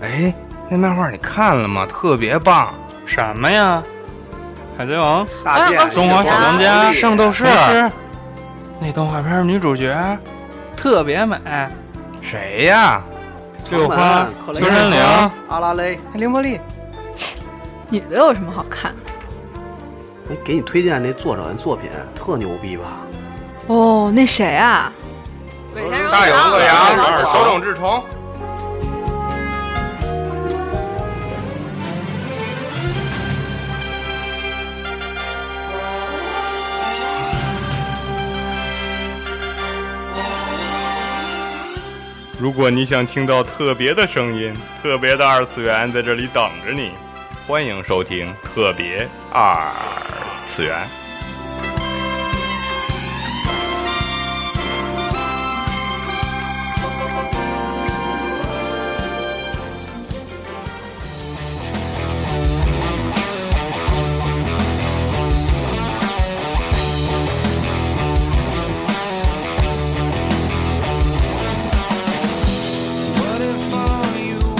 哎那漫画你看了吗？特别棒，什么呀？海贼王、大啊剑、中华小当家圣斗士是那动画片女主角特别美，谁呀？六花、柯邱山灵、阿拉蕾，凌波丽，女的有什么好看？我哎给你推荐那作者的作品，特牛逼吧？哦，那谁啊？尾田荣大勇勇子恶阳阳，手冢治虫。如果你想听到特别的声音，特别的二次元在这里等着你，欢迎收听特别二次元。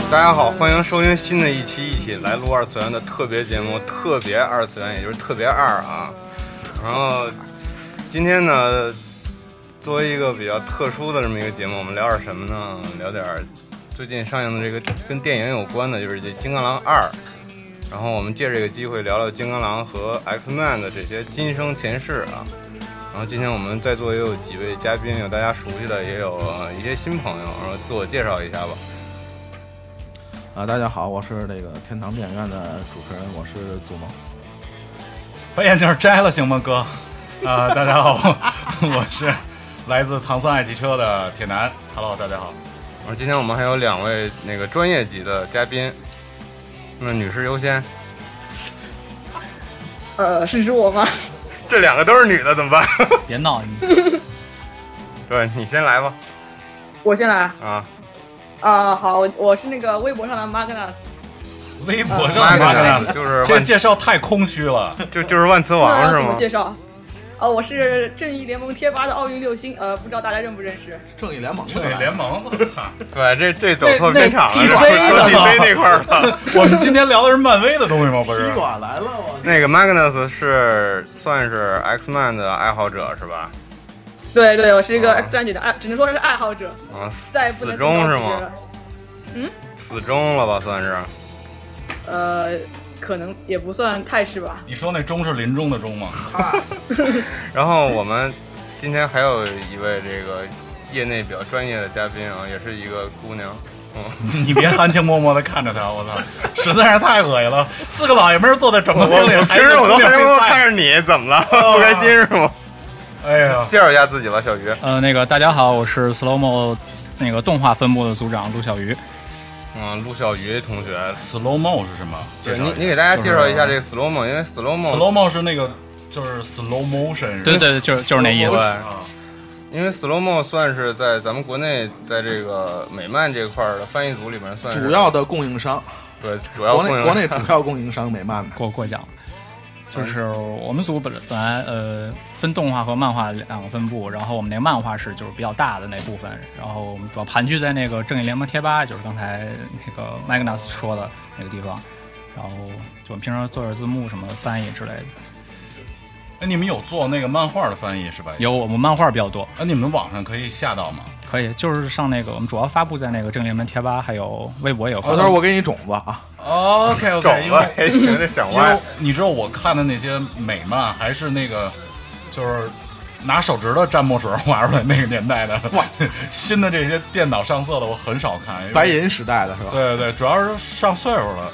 大家好，欢迎收听新的一期《一起来录二次元》的特别节目，特别二次元，也就是特别二啊。然后今天呢，作为一个比较特殊的这么一个节目，我们聊点什么呢？聊点最近上映的这个跟电影有关的，就是这《金刚狼二》。然后我们借这个机会聊聊《金刚狼》和 X Man 的这些今生前世啊。然后今天我们在座也有几位嘉宾，有大家熟悉的，也有呃一些新朋友。然后自我介绍一下吧。啊、大家好，我是这个天堂电影院的主持人，我是祖萌。把眼镜摘了行吗，哥？啊、大家好，我是来自糖蒜爱汽车的铁男。Hello，大家好。然后啊今天我们还有两位那个专业级的嘉宾，那女士优先。 呃，是指我吗？ 这两个都是女的怎么办？别闹，你对你先来吧，我先来啊、啊，好，我是那个微博上的 Magnus，微博上妈的呀， Magnus，就是啊这万介绍太空虚了。就就是万磁那王要是怎么吗？介绍？呃，我是正义联盟贴吧的奥运六星，呃，不知道大家认不认识？正义联盟这 联盟，我操！对，这这走错片场了，那那这 TC 走的 DC 那块儿了。 我们今天聊的是漫威的东 西吗？不是踢，馆来了，我那个 Magnus 是算是 X Man 的爱好者是吧？对对，我是一个啊 X 战警的爱，只能说是爱好者，啊，死再也不死能忠是自己吗？了？死忠了吧，算是。呃，可能也不算太是吧。你说那钟是林钟的钟吗？ 然后我们今天还有一位这个业内比较专业的嘉宾啊，也是一个姑娘，你别含情脉脉的看着他，我操，实在是太恶心了。四个老爷们儿坐在转播厅里， 我还平时我都还还能看着你，怎 么了？不开心是吗？哎呀，介绍一下自己吧，小鱼。呃，那个大家好，我是 Slowmo 那个动画分部的组长陆小鱼。 嗯，陆小鱼同学， slow mo 是什么？介对绍你一下你给大家介绍一下就这个 slow mo，因为 slow mo， slow mo 是那个就是 slow motion，是吧对对，对就是就是那意对思。啊因为 slow mo 算是在咱们国内在这个美漫这块儿的翻译组里面算是主要的供应商，对主要国供应内 国内主要供应商美漫 的。过过奖了。就是我们组本本来呃分动画和漫画两个分部，然后我们那个漫画是就是比较大的那部分，然后我们主要盘踞在那个正义联盟贴吧，就是刚才那个 Magnus 说的那个地方，然后就我们平常做点字幕什么翻译之类的。哎，你们有做那个漫画的翻译是吧？有我们漫画比较多，啊，你们网上可以下到吗？可以就是上那个我们主要发布在那个正义联盟贴吧，还有微博也有发回布。头我给你种子啊， OK 种 OK，因了为， 有点想因为歪。你知道我看的那些美漫还是那个，就是拿手指头蘸墨水画出来那个年代的。 新的这些电脑上色的我很少看，因为白。银时代的是吧？对对对，主要是上岁数了。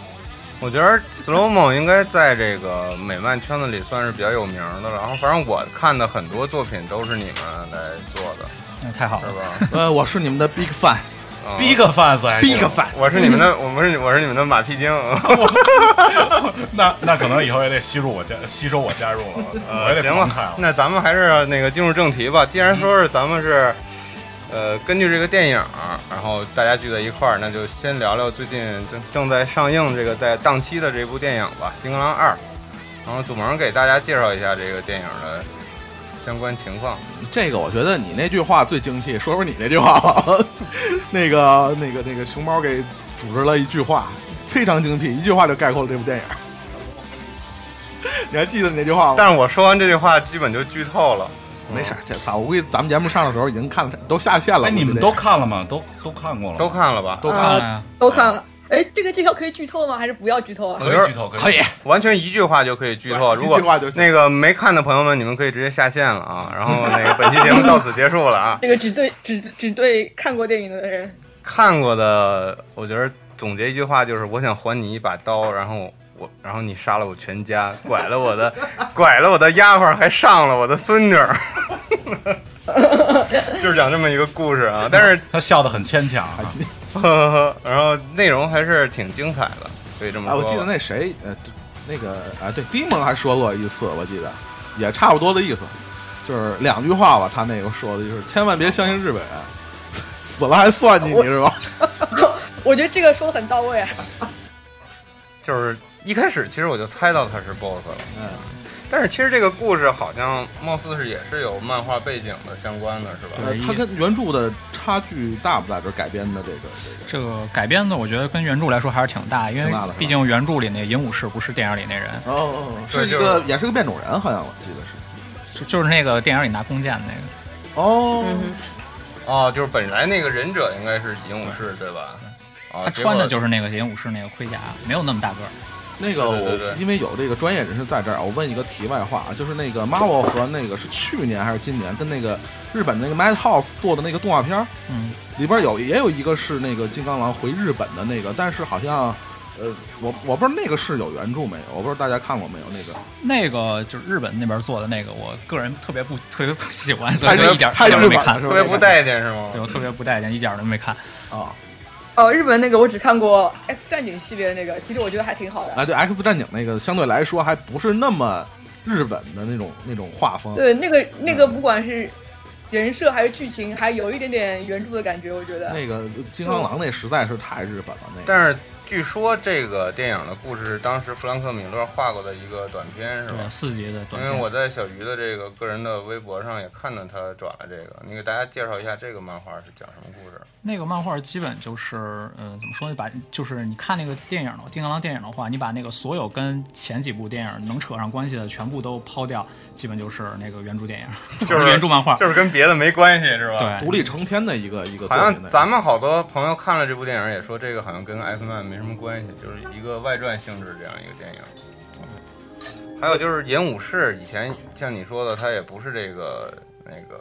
我觉得 slow mo 应该在这个美漫圈子里算是比较有名的了。然后，反正我看的很多作品都是你们来做的，那太哦好了是。 吧？呃，我是你们的 big fans，嗯 Big fans，还行 Big fans 我是你们的，我不是我是你们的马屁精。呃 那那可能以后也得吸入我加吸收我加入 了，我呃也，得行狂看嗯吧了，。那咱们还是那个进入正题吧。既然说是咱们是，呃，根据这个电影儿，然后大家聚在一块儿，那就先聊聊最近正正在上映这个在档期的这部电影吧，《金刚狼二》。然后祖萌给大家介绍一下这个电影的相关情况。这个我觉得你那句话最精辟， 说说你那句话吧。那个那个那个熊猫给组织了一句话，非常精辟，一句话就概括了这部电影。 你还记得你那句话吗？但是我说完这句话，基本就剧透了。嗯没事儿，这操，我估计咱们节目上的时候已经看了，都下线了。哎，你们我觉得都看了吗？都都看过了吗，都看了吧？都看看了，了啊呀，都看了。哎，这个介绍可以剧透吗？还是不要剧透啊？我觉可得以剧透，可以可以，完全一句话就可以剧透。对如果 一句话就行那个没看的朋友们，你们可以直接下线了 啊。然后那个本期节目到此结束了啊。这个只对只只对看过电影的人，看过的，我觉得总结一句话就是：我想还你一把刀，然后我，然后你杀了我全家，拐了我的， 拐了我的丫鬟，还上了我的孙女 儿。就是讲这么一个故事啊，但是他笑得很牵强啊。呵呵呵，然后内容还是挺精彩的，可以这么哎，说我吧。记得那谁，呃，那个啊，对，迪蒙还说过一次，我记得也差不多的意思，就是两句话吧。他那个说的就是千万别相信日本人， 死了还算计你是吧？我觉得这个说的很到位啊。就是一开始其实我就猜到他是 BOSS 了，嗯，但是其实这个故事好像貌似是也是有漫画背景的相关的，是吧？呃他跟原著的差距大不大？这改编的这个这这个改编的，我觉得跟原著来说还是挺大，因为挺大的是吧毕竟原著里那银武士不是电影里那人，个，哦哦，哦对是一就是个也是个变种人，好像我记得是。就就是那个电影里拿弓箭那个。哦，哦，就是本来那个忍者应该是银武士，对吧？啊，他穿结果的就是那个银武士那个盔甲，没有那么大个儿。那个对对对我因为有这个专业人士在这儿，我问一个题外话，啊就是那个 Marvel 和那个是去年还是今年跟那个日本那个 Madhouse 做的那个动画片儿。嗯，里边有也有一个是那个金刚狼回日本的那个，但是好像，呃，我我不知道那个是有原著没有，我不知道大家看过没有那个，那个就是日本那边做的那个，我个人特别不特别不喜欢，所太以日所以一点太一点日都本了没看是。吧特别不待见是吗对？我特别不待见，一点都没看。啊哦，日本那个我只看过《X 战警》系列的那个，其实我觉得还挺好的。啊，对，X 战警那个相对来说还不是那么日本的那种那种画风，对，那个那个不管是人设还是剧情，还有一点点原著的感觉，我觉得。那个金刚狼那实在是太日本了，那个但是据说这个电影的故事是当时弗兰克·米勒画过的一个短片，是吧对，？四集的因短为片。我在小鱼的这个个人的微博上也看到他转了这个，你给大家介绍一下这个漫画是讲什么故 事？那个漫画基本就是，呃，怎么说呢？把就是你看那个电影的《金刚狼》电影的话，你把那个所有跟前几部电影能扯上关系的全部都抛掉，基本就是那个原著电影，就是原著漫画。就是跟别的没关系，是吧？。对，独立成篇的一个一个好作品像那个，咱们好多朋友看了这部电影，也说这个好像跟 X Man 没什么关系，就是一个外传性质这样一个电影。还有就是《银武士》，以前像你说的，他也不是这个那个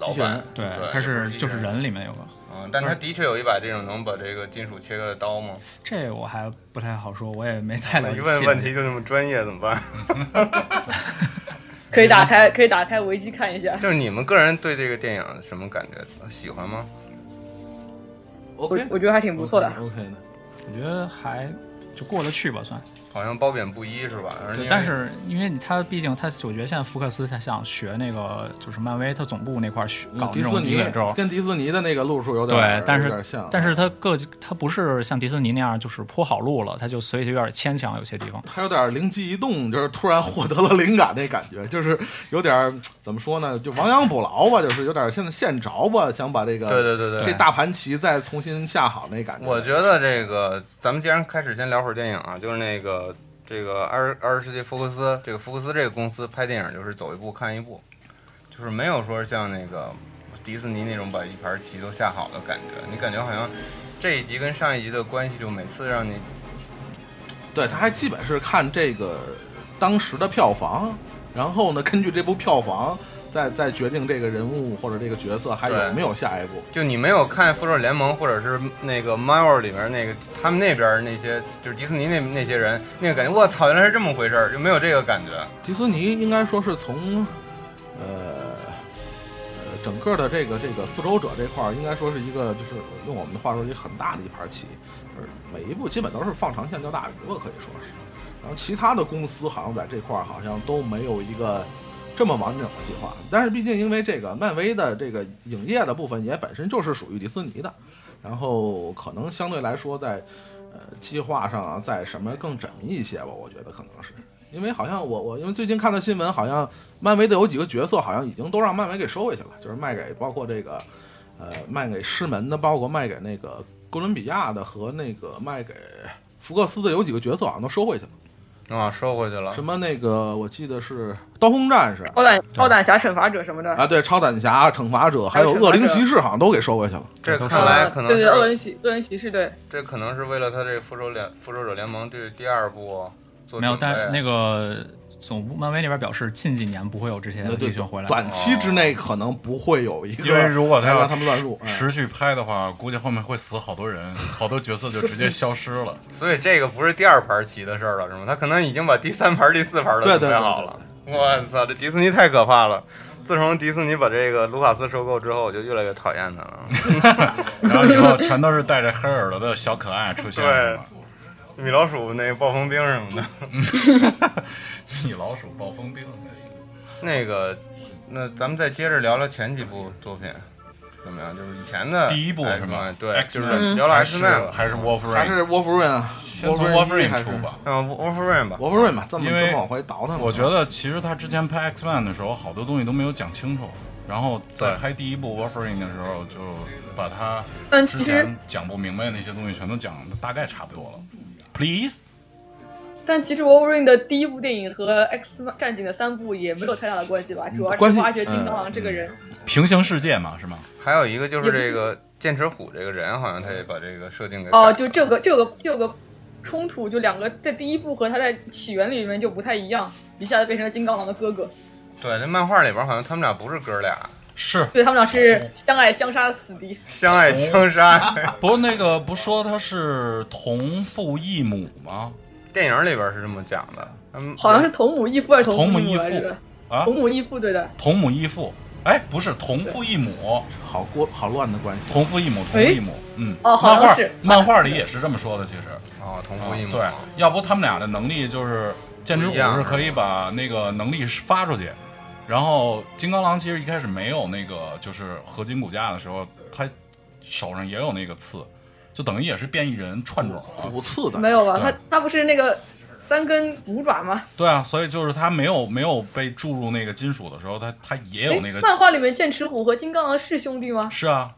老机器人板，对对，它也不是机器就是人里面有个，嗯，但他的确有一把这种能把这个金属切割的刀吗？这我还不太好说，我也没太了一解。问问题就这么专业，怎么办？可以打开，可以打开维基看一下。 就是你们个人对这个电影什么感觉？喜欢吗？我 OK 我觉得还挺不错的。 ，OK 的。我觉得还就过得去吧，算。好像褒贬不一是吧？而对，且但是因为你他毕竟他，我觉得现在福克斯他想学那个就是漫威他总部那块儿学搞迪那士种尼尼宇宙，呃跟迪士尼的那个路数有点对，但有点是像，啊但是他各他不是像迪士尼那样就是铺好路了，他就所以就有点牵强，有些地方。他有点灵机一动，就是突然获得了灵感那感觉，就是有点儿怎么说呢，就亡羊补牢吧，就是有点现在现着吧，想把这个对对对对，这大盘棋再重新下好那感觉。我觉得这个，咱们既然开始先聊会儿电影啊，就是那个这个二二十世纪福克斯，这个福克斯这个公司拍电影就是走一步看一步，就是没有说像那个迪士尼那种把一盘棋都下好的感觉，你感觉好像这一集跟上一集的关系就每次让你对，他还基本是看这个当时的票房，然后呢，根据这部票房再再决定这个人物或者这个角色还对有没有下一步。就你没有看《复仇者联盟》或者是那个 Marvel 里面那个他们那边那些就是迪士尼那那些人那个感觉，我操，原来是这么回事儿，就没有这个感觉。迪士尼应该说是从，呃，呃，整个的这个这个复仇者这块儿，应该说是一个就是用我们的话说，一个很大的一盘棋，就是每一步基本都是放长线钓大鱼了，可以说是。然后其他的公司好像在这块儿好像都没有一个这么完整的计划，但是毕竟因为这个漫威的这个影业的部分也本身就是属于迪士尼的，然后可能相对来说在。呃，计划上啊，在什么更缜密一些吧？我觉得可能是，因为好像我我因为最近看到新闻，好像漫威的有几个角色好像已经都让漫威给收回去了，就是卖给包括这个呃卖给狮门的，包括卖给那个哥伦比亚的和那个卖给福克斯的有几个角色好像都收回去了，啊，收回去了什。么那个我记得是刀锋战士超胆超胆侠惩罚者什么的，啊，对，超胆侠、惩罚者，还有还有恶灵惩罚者骑士，好像都给收回去了。这都看来可能呃对对，恶是人骑恶人骑士对，这可能是为了他这复仇联复仇者联盟这第二部做没有，准但啊是备那个总部漫威那边表示，近几年不会有这些那英对雄回来。哦短期之内可能不会有一个，因为如果他让要他们乱入，哎持续拍的话，估计后面会死好多人，好多角色就直接消失了。所以这个不是第二盘棋的事儿了，是吗？他可能已经把第三盘、第四盘对都准对备好了。我操，这迪士尼太可怕了！自从迪士尼把这个卢卡斯收购之后，我就越来越讨厌他了。然后以后全都是带着黑耳朵的小可爱出现，对是吗米老鼠、那个暴风兵什么的， 米老鼠、暴风兵才行。那个，那咱们再接着聊聊前几部作品，怎么样？就是以前的第一部是 X-Men，吗？哎对， X-Men 就是聊聊还 X 是 Man 吧。还是 Wolverine，还是 Wolverine 啊先从 Wolverine 还是出吧。嗯，Wolverine 吧， Wolverine 吧，这么因为这么往回倒腾，我觉得其实他之前拍 X Man 的时候，好多东西都没有讲清楚，然后在对拍第一部 Wolverine 的时候，就把他但之其实前讲不明白的那些东西全都讲的大概差不多了。Please，但其实 Wolverine 的第一部电影和 X 战警的三部也没有太大的关系吧，主要关是系挖掘金刚狼这个人。平行世界嘛，是吗？还有一个就是这个剑齿虎这个人，好像他也把这个设定给改哦，了就这个这个这个冲突，就两个在第一部和他在起源里面就不太一样，一下子变成了金刚狼的哥哥，对，那漫画里边好像他们俩不是 哥俩，是，对他们俩哦是相爱相杀的死敌。相爱相杀。 不过那个不说他是同父异母吗？电影里边是这么讲的，嗯，好像是同母异父还是同母母异来父着？啊，同母异父，对的。同母异父。哎，不是同父异母，好过好乱的关系。同父异母，同父异母。嗯，哦好漫像画是漫画里也是这么说的，其实。嗯哦，同父异母。对，要不他们俩的能力就是剑之虎不一样是可以把那个能力发出去，然后金刚狼其实一开始没有那个就是合金骨架的时候，他手上也有那个刺，就等于也是变异人串种了。骨刺的没有吧？对他他不是那个三根五爪吗？对啊，所以就是他没有没有被注入那个金属的时候，他他也有那诶个哎漫画里面剑齿虎和金刚狼是兄弟吗？是啊，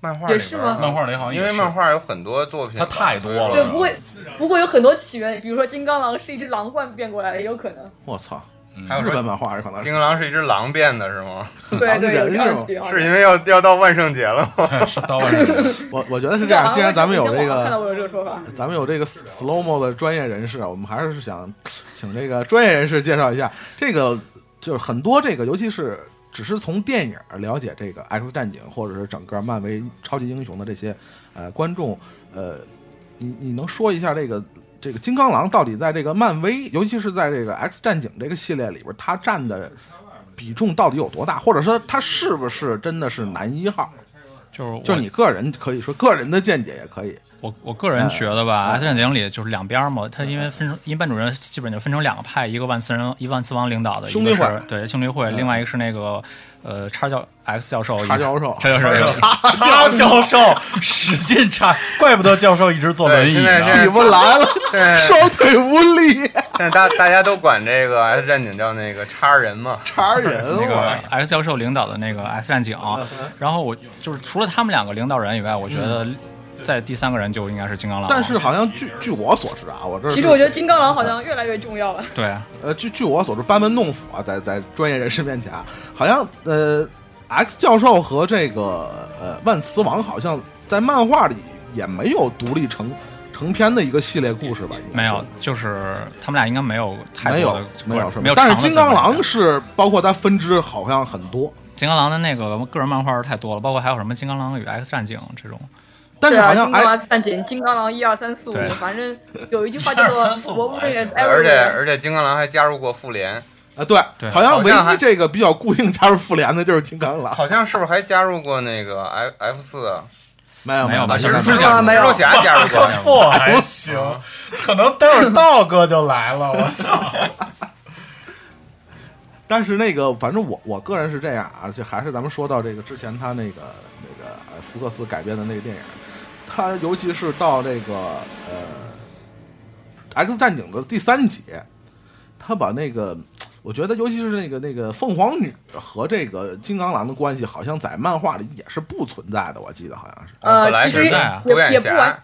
漫画里也是边吗漫画里好像因也为是漫画有很多作品，它太多了呃对，不会不会有很多起源，比如说金刚狼是一只狼冠变过来的，也有可 能。我操，还有日本说漫画有可能金刚狼是一只狼变的是 吗？对对，有这人是样吗起源。是因为要要到万圣节了 吗？是刀刃人，我我觉得是这样。既然咱们有这我看到个，我有这个说法，咱们有这个 slow mo 的专业人士，啊我们还是想请这个专业人士介绍一下这个，就是很多这个，尤其是只是从电影了解这个 X 战警或者是整个漫威超级英雄的这些呃观众，呃，你你能说一下这个这个金刚狼到底在这个漫威，尤其是在这个 X 战警这个系列里边，它占的比重到底有多大，或者说它是不是真的是男一号？就是我就是你个人可以说个人的见解也可以，我我个人觉得嗯吧，嗯 X 战警》里就是两边嘛，哎他因为分成一班主任基本就分成两个派，一个万磁人一万磁王领导的兄弟会哎一个是对兄弟会，另外一个是那个呃叉教 X 教授，叉教授叉教授也是，叉教授使劲插，怪不得教授一直坐轮椅对现在呢是。起不来了，现 在现双腿无力，在大大家都管这个 X 战警叫那个叉人嘛，茬人那个了。 X 教授领导的那个 X 战警，嗯然后我就是除了他们两个领导人以外，我觉得在第三个人就应该是金刚狼嗯了，但是好像据据我所知啊，我这是其实我觉得金刚狼好像越来越重要了。对。呃，据据我所知，班门弄斧啊，在在专业人士面前啊，好像呃，X 教授和这个呃万磁王好像在漫画里也没有独立成成篇的一个系列故事吧？应该是没有，，就是他们俩应该没有太没多有的，没有是吧没有长但是的自金己的刚感狼情是包括它分支好像很多，金刚狼的那个个人漫画太多了，包括还有什么《金刚狼与 X 战警》这种。但是对好啊像金哎哎刚 X 狼战警、金刚狼一二三四五对，反正有一句话叫一二三做“四哎五国无这个还 everywhere”，而且而且金刚狼还加入过复联，啊，对，对好像好唯像还一这个比较固定加入复联的就是金刚狼，好像是不是还加入过那个 F F 四？啊没有没有没啊吧有其实没有之前蜘蛛侠加入过。 错还行，可能待会儿道哥就来了，我操！但是那个，反正我我个人是这样啊，而且还是咱们说到这个之前他那个那个呃福克斯改编的那个电影，他尤其是到这个呃《X 战警》的第三集，他把那个呃我觉得尤其是那个那个凤凰女和这个金刚狼的关系，好像在漫画里也是不存在的，我记得好像是。嗯本呃，来其是实在啊也独眼也不完侠，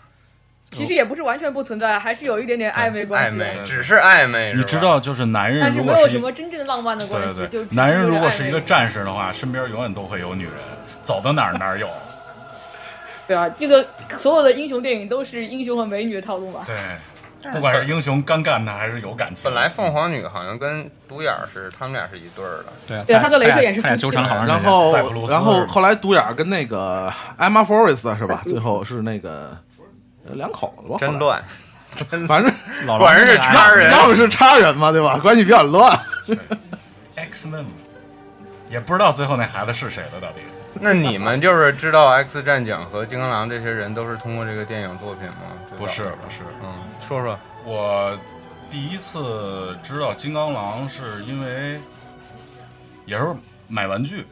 其实也不是完全不存在，还是有一点点暧昧关暧系的。昧只是暧昧，你知道，就是男人但是如没果有一什么真正的浪漫的关对系，对就对，男人如果只是有点一暧昧个战士的话，身边永远都会有女人，走到哪儿哪儿有。对啊，这个所有的英雄电影都是英雄和美女的套路嘛。对，不管是英雄干干的还是有感情的，本来凤凰女好像跟独眼儿是他们俩是一对儿的，对对他他跟雷射也是他俩夫妻纠缠了好长时然间。后塞浦路斯然后后来独眼儿跟那个 Emma Forrest 是吧？最后是那个呃两口子吧，真后乱，真来，反正哦老果然是叉人要是插人嘛，对吧？ 关系比较乱。 X Men，也不知道最后那孩子是谁了，到底。那你们就是知道 X 战警和金刚狼这些人都是通过这个电影作品吗？对吧不是不是，嗯，说说，我第一次知道金刚狼是因为也是买玩具，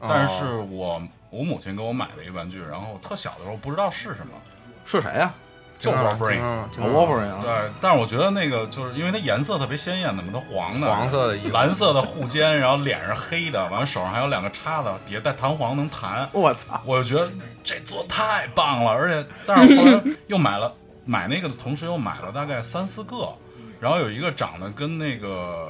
但是哦我我母亲给我买了一玩具，然后特小的时候不知道是什么，是谁呀？就金刚狼 Wolverine 金。刚狼金我刚狼 Wolverine 啊，对，但是我觉得那个就是因为它颜色特别鲜艳的嘛，它黄的、黄色的衣服蓝色的护肩，然后脸是黑的，完了手上还有两个叉子，底下带弹簧能弹，我操！我就觉得这做太棒了，而且但是后来又买了， 买那个的同时又买了大概三四个，然后有一个长得跟那个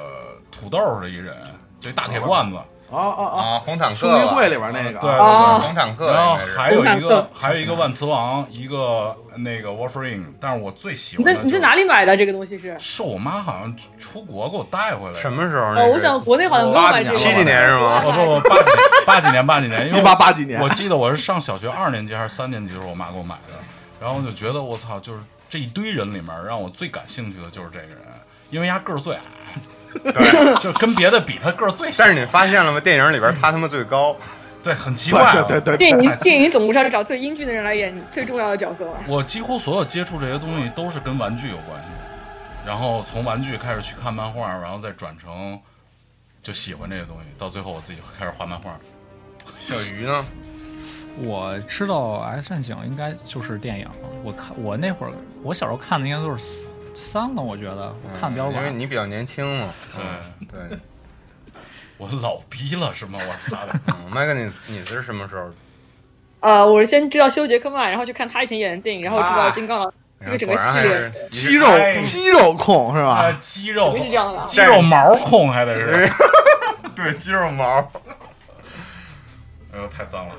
土豆似的一人，这大铁罐子，哦哦啊，红坦克哦，兄弟会里边那个，啊对吧哦红坦克然后应该是，还有红一毯个还有一个万磁王，一个那个 Warframe，但是我最喜欢那的你就在哪里买的这个东西是？是我妈好像出国给我带回来的，什么时候那哦，是？我想国内好像没有买这个。七几年是吗？哦不不，八几年八几年八几年，因为一八八几年 我，记得我是上小学二年级还是三年级的时候，我妈给我买的。然后我就觉得我操，就是这一堆人里面，让我最感兴趣的就是这个人，因为他个儿最矮，对，就跟别的比，他个儿最小。但是你发现了吗？电影里边他他妈最高，对，很奇对怪、啊。对对对 电影电影总部上找最英俊的人来演最重要的角色嘛。我几乎所有接触这些东西都是跟玩具有关系的，然后从玩具开始去看漫画，然后再转成就喜欢这些东西，到最后我自己开始画漫画。小鱼呢？我知道《X 战警》应该就是电影了。我看我那会儿，我小时候看的应该都是三三了，我觉得我看的比较因为晚。你比较年轻嘛。对， 对，我老逼了是吗？我操的！嗯，麦克，你你是什么时候？呃，我是先知道修杰克曼，然后去看他以前演的电影，然后啊知道金刚狼这个整果个然系还列，是肌肉哎肌肉控是啊吧？，肌肉肯定是这样的吧？肌肉毛控还得是，对肌肉毛。哎呦太脏了。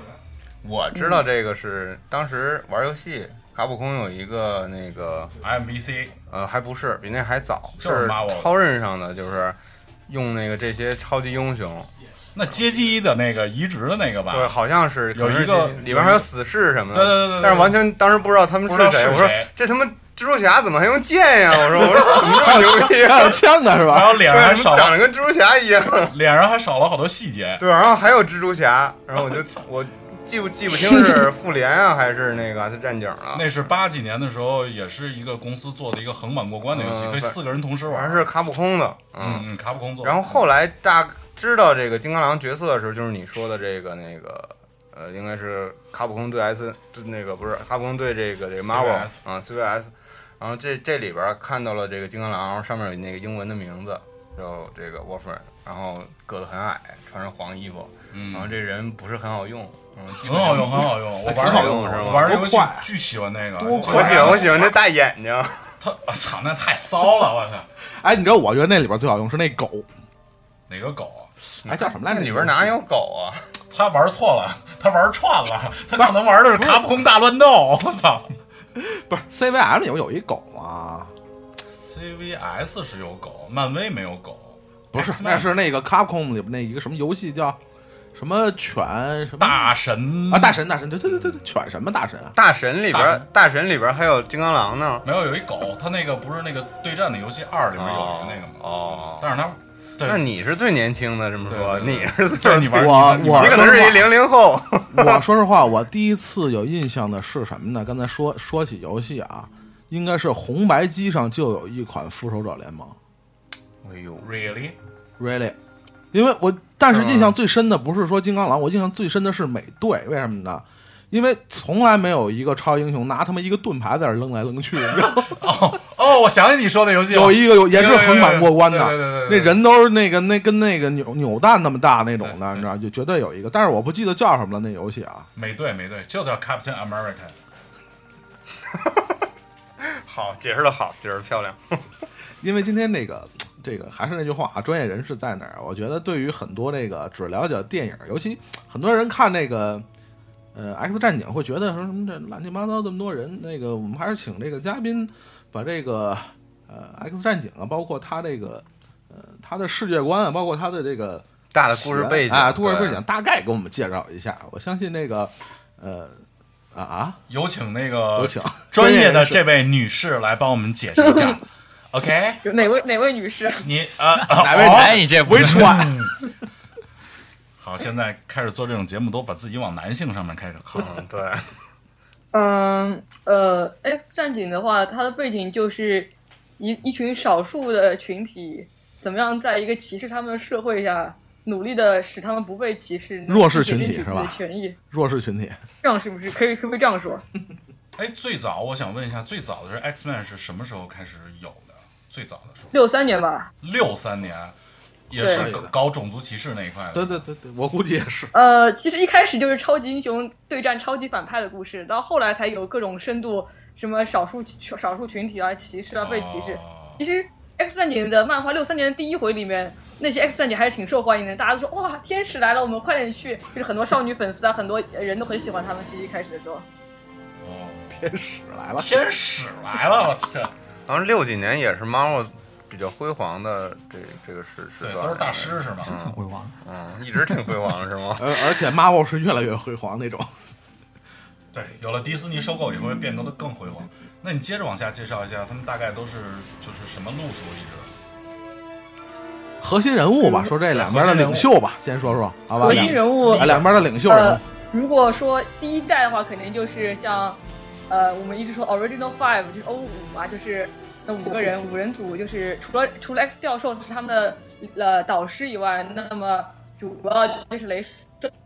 我知道这个是当时玩游戏，卡普空有一个那个 MVC 呃，还不是比那还早，就是是 Marvel 超任上的，就是用那个这些超级英雄，那街机的那个移植的那个吧，对，好像是有可能是一个这里边还有死侍什么的，对对对对对但是完全当时不知道他们是不知道是谁，我说谁这他妈蜘蛛侠怎么还用剑呀？我说我 说怎么这么牛逼啊还？有枪的是然吧？后脸上还对，怎少么长了，得跟蜘蛛侠一样？脸上还少了好多细节。 对，然后还有蜘蛛侠，然后我就我记不记不清 是复联啊还是那个他战警啊了，那是八几年的时候，也是一个公司做的一个横版过关的游戏，嗯可以四个人同时好像玩。是卡普空的，嗯嗯，卡普空做的。然后后来大知道这个金刚狼角色的时候，就是你说的这个那个，呃，应该是卡普空对 S 对那个不是卡普空对这个这个 Marvel 啊 CVS CVS，然后这这里边看到了这个金刚狼，然后上面有那个英文的名字，就这个 Wolverine，然后个子很矮，穿着黄衣服，然后嗯，这人不是很好用， 嗯，基很本好上用，很好用。我挺玩好用是吧我玩这游戏多快啊巨喜欢那个。多快我喜欢我喜欢这大眼睛，他，我操，那太骚了！我操，哎，你知道我觉得那里边最好用是那狗，哪个狗？哎叫什么来着？里边哪有狗啊？他玩错了，他玩串了，他可能玩的是卡普空大乱斗。我操！不是 CVM 里边有一狗吗？ CVS 是有狗，漫威没有狗，不是， X-Men 那是那个 Capcom 里边那一个什么游戏叫什么犬什么大神啊大神大神对对对对对犬什么大神啊？大神里大边神大神里边还有金刚狼呢，没有有一狗，他那个不是那个对战的游戏二里面有一个那个吗？哦哦但是他对那你是最年轻的，这么说，对对你对是最对你玩我你我玩你你可能玩是一零零 后，我说实话，我第一次有印象的是什么呢？刚才说说起游戏啊，应该是红白机上就有一款《复仇者联盟哎呦， really Really，因为我但是是吗嗯印象最深的不是说金刚狼，我印象最深的是美队，为什么呢？因为从来没有一个超英雄拿他妈一个盾牌在那儿扔来扔去，你知道 吗？哦哦，我想起你说的游戏了，有一个有也是横版过关的，对对对对那对对人都是那个那跟那个扭扭蛋那么大那种对对的，你知道，就绝对有一个，但是我不记得叫什么了那游戏啊。美队美队就叫 Captain America。好，解释的好，解释得漂亮。因为今天那个这个还是那句话啊，专业人士在哪儿？我觉得对于很多这个只了解电影，尤其很多人看那个呃《X 战警》，会觉得说什么这乱七八糟这么多人，那个我们还是请这个嘉宾把这个呃《X 战警》啊，包括他这个呃他的世界观啊，包括他的这个大的哎故事背景啊，故事背对景大概给我们介绍一下。我相信那个呃啊啊，有请那个呃有请专业的人士这位女士来帮我们解释一 下。OK，有哪位哪位女士？你呃，哪哦位男哎你这不是 Which one？好，现在开始做这种节目，都把自己往男性上面开始靠。 嗯，对，嗯，呃，《X 战警》的话，它的背景就是一一群少数的群体，怎么样在一个歧视他们的社会下，努力的使他们不被歧视，弱势群体争取自己是吧的权益，弱势群体。这样是不是可以？可不可以这样说？哎，最早我想问一下，最早的是 X Man 是什么时候开始有的？最早的时候，六三年吧，六三年，也是对搞搞种族歧视那一块的。对对对对，我估计也是。呃，其实一开始就是超级英雄对战超级反派的故事，到后来才有各种深度，什么少数少数群体啊、歧视啊、被歧视。哦其实《X 战警》的漫画六三年的第一回里面，那些 X 战警还是挺受欢迎的，大家都说哇，天使来了，我们快点去！就是很多少女粉丝啊，很多人都很喜欢他们。其实一开始的时候，哦天使来了，天使来了，我去，然后六几年也是 Marvel 比较辉煌的这这个时时对，段，都是大师是吗？嗯我忘了。嗯，一直挺辉煌的是 吗？而而且 Marvel 是越来越辉煌那种。对，有了迪士尼收购以后，会变得更辉煌。那你接着往下介绍一下，他们大概都是就是什么路数一直？核心人物吧，说这两边的领袖吧，先说说，好吧？核心两人物啊，两边的领袖人呃物，，如果说第一代的话，肯定就是像，呃，我们一直说 Original Five 就是 O 五嘛，就是那五个人五人组，就是除了除了 X 教授是他们的呃导师以外，那么主要就是镭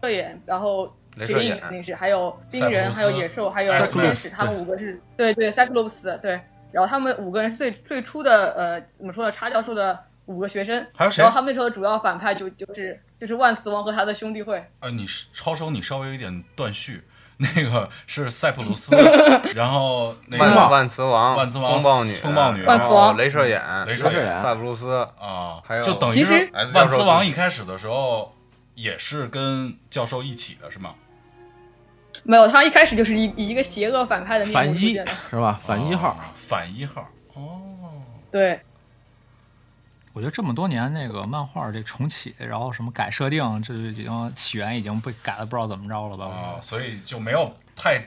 射眼，然后镭绝射影眼肯定是，还有冰塞人，浦路斯还有野兽，还有塞浦路斯天使，他们五个是对对塞克洛普斯对，然后他们五个人是最最初的呃怎么说呢，查教授的五个学生，还有谁然后他们那时候的主要反派就就是就是万磁王和他的兄弟会。呃，你是超收你稍微有一点断续，那个是塞浦路斯， 然后那万个万磁王、万磁王风暴女、风暴女然万磁后王镭射眼、镭射眼塞浦路斯，啊还，有就等于其实是哎教授万磁王自一开始的时候也是跟教授一起的是吗？没有，他一开始就是以以一个邪恶反派的面反目出一现的。是吧？反一号，啊反一号，哦，对，我觉得这么多年那个漫画这重启，然后什么改设定，这就已经起源已经被改的不知道怎么着了吧？我觉啊得，所以就没有太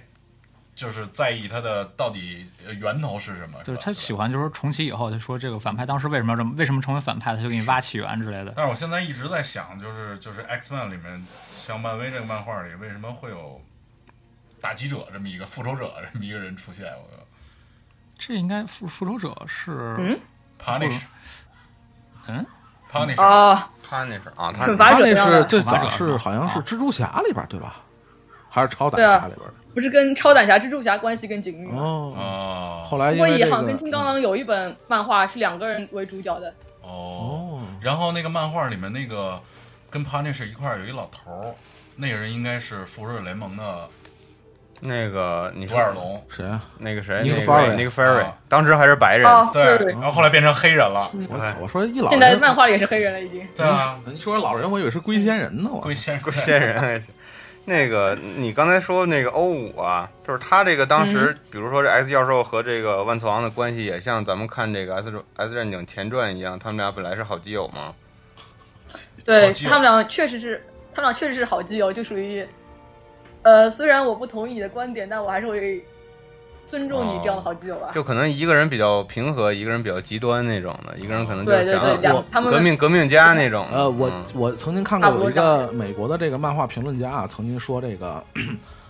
就是在意它的到底呃源头是什么，就是吧他喜。欢，就是重启以后，他说这个反派当时为什么要这么，为什么成为反派，他就给你挖起源之类的。但是我现在一直在想，就是就是 X Man 里面，像漫威这个漫画里，为什么会有打击者这么一个复仇者这么一个人出现？我这应该复复仇者是嗯 Punish，嗯 Punish，、啊，他那是啊，他惩罚他者那这样是的，最早反者是好像是蜘蛛侠里边对吧？还是超胆对啊侠里边的？不是跟超胆侠、蜘蛛侠关系更紧密吗？哦，哦，后来不因过为也这好个像跟金刚狼有一本漫画是两个人为主角的，哦，哦，然后那个漫画里面那个跟 Punish 一块儿有一老头儿，那个人应该是复仇者联盟的那个你独说眼龙，谁啊？那个谁，那 Nick Fury 个那个 Ferry，啊当时还是白人，哦对对，嗯然后后来变成黑人了，我操！我说一老现在人，漫画里也是黑人了已经。对啊，你说老人，我以为是龟仙人呢，我 龟 仙龟仙人还行。那个，你刚才说那个欧五啊，就是他这个当嗯时，比如说这 X 教授和这个万磁王的关系，也像咱们看这个 S S 战警前传一样，他们俩本来是好基友嘛。好对基友他们俩确实是，他们俩确实是好基友，就属于，呃，虽然我不同意你的观点，但我还是会尊重你这样的好基友哦吧。就可能一个人比较平和，一个人比较极端那种的，一个人可能就是对对想对，要两我他们革命革命家那种的。呃，我嗯我曾经看过差不多有一个美国的这个漫画评论家啊，曾经说这个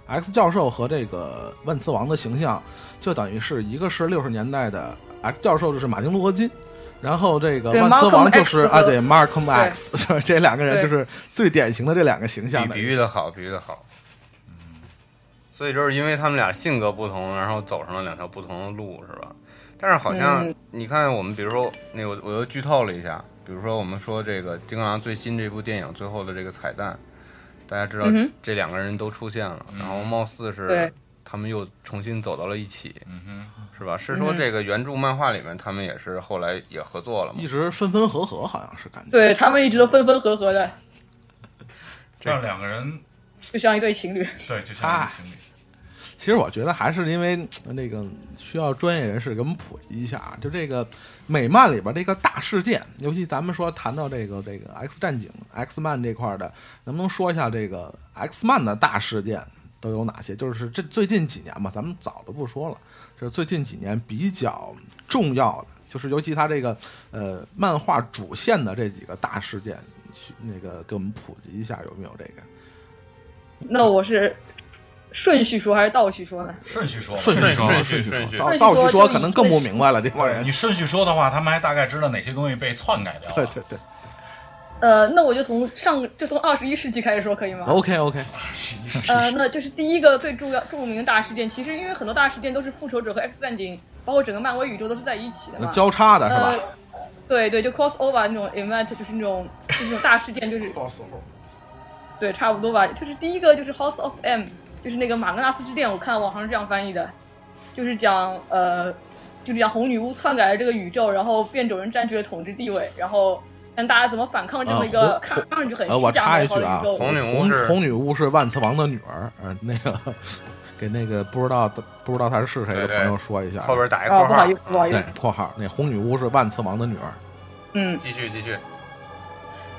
X 教授和这个万磁王的形象，就等于是一个是六十年代的 X 教授就是马丁路德金，然后这个对万磁王 Malcolm 就是 X 啊和对 Malcolm X，就是这两个人对就是最典型的这两个形象比的比。喻的好，比喻的好。嗯所以就是因为他们俩性格不同，然后走上了两条不同的路，是吧？但是好像嗯你看，我们比如说那我我又剧透了一下，比如说我们说这个《金刚狼》最新这部电影最后的这个彩蛋，大家知道嗯哼嗯这两个人都出现了，然后貌似是对他们又重新走到了一起，嗯哼，是吧？是说嗯这个原著漫画里面，他们也是后来也合作了嘛一？直分分合合，好像是感觉。对他们一直都分分合合的，但是两个人就像一对情侣。对就像一啊个情侣，其实我觉得还是因为呃那个需要专业人士给我们普及一下啊，就这个美漫里边这个大事件，尤其咱们说谈到这个这个 X 战警、X 漫这块儿的，能不能说一下这个 X 漫的大事件都有哪些？就是这最近几年吧，咱们早都不说了，就是最近几年比较重要的，就是尤其它这个呃漫画主线的这几个大事件，去那个给我们普及一下，有没有这个？那我是顺序说还是倒序说呢？顺序说吧，顺序说，吧顺顺序倒顺序倒说叙说就可以能更不明白了，这帮人。你顺序说的话，他们还大概知道哪些东西被篡改掉了。对对对呃，那我就从上就从二十一世纪开始说可以吗？ ，OK OK，呃，那就是第一个最重要、著名的大事件。其实，因为很多大事件都是复仇者和 X 战警，包括整个漫威宇宙都是在一起的嘛。交叉的是呃吧？，对对，就 crossover 那种 event，就是那种就是那种大事件，就是对，差不多吧。就是第一个就是 House of M，就是那个马格纳斯之恋，我看网上是这样翻译的，就是讲呃，就是讲红女巫篡改了这个宇宙，然后变种人占据了统治地位，然后让大家怎么反抗这么一个、呃红看上去很呃，我虚假插一美好句的啊宇，宙。红女巫红是红女巫是万磁王的女儿，呃，那个给那个不知道的不知道她是谁对的对朋友说一下，后边打一括啊，不号好意，思，不好意对思，括号那红女巫是万磁王的女儿，嗯，继续继续，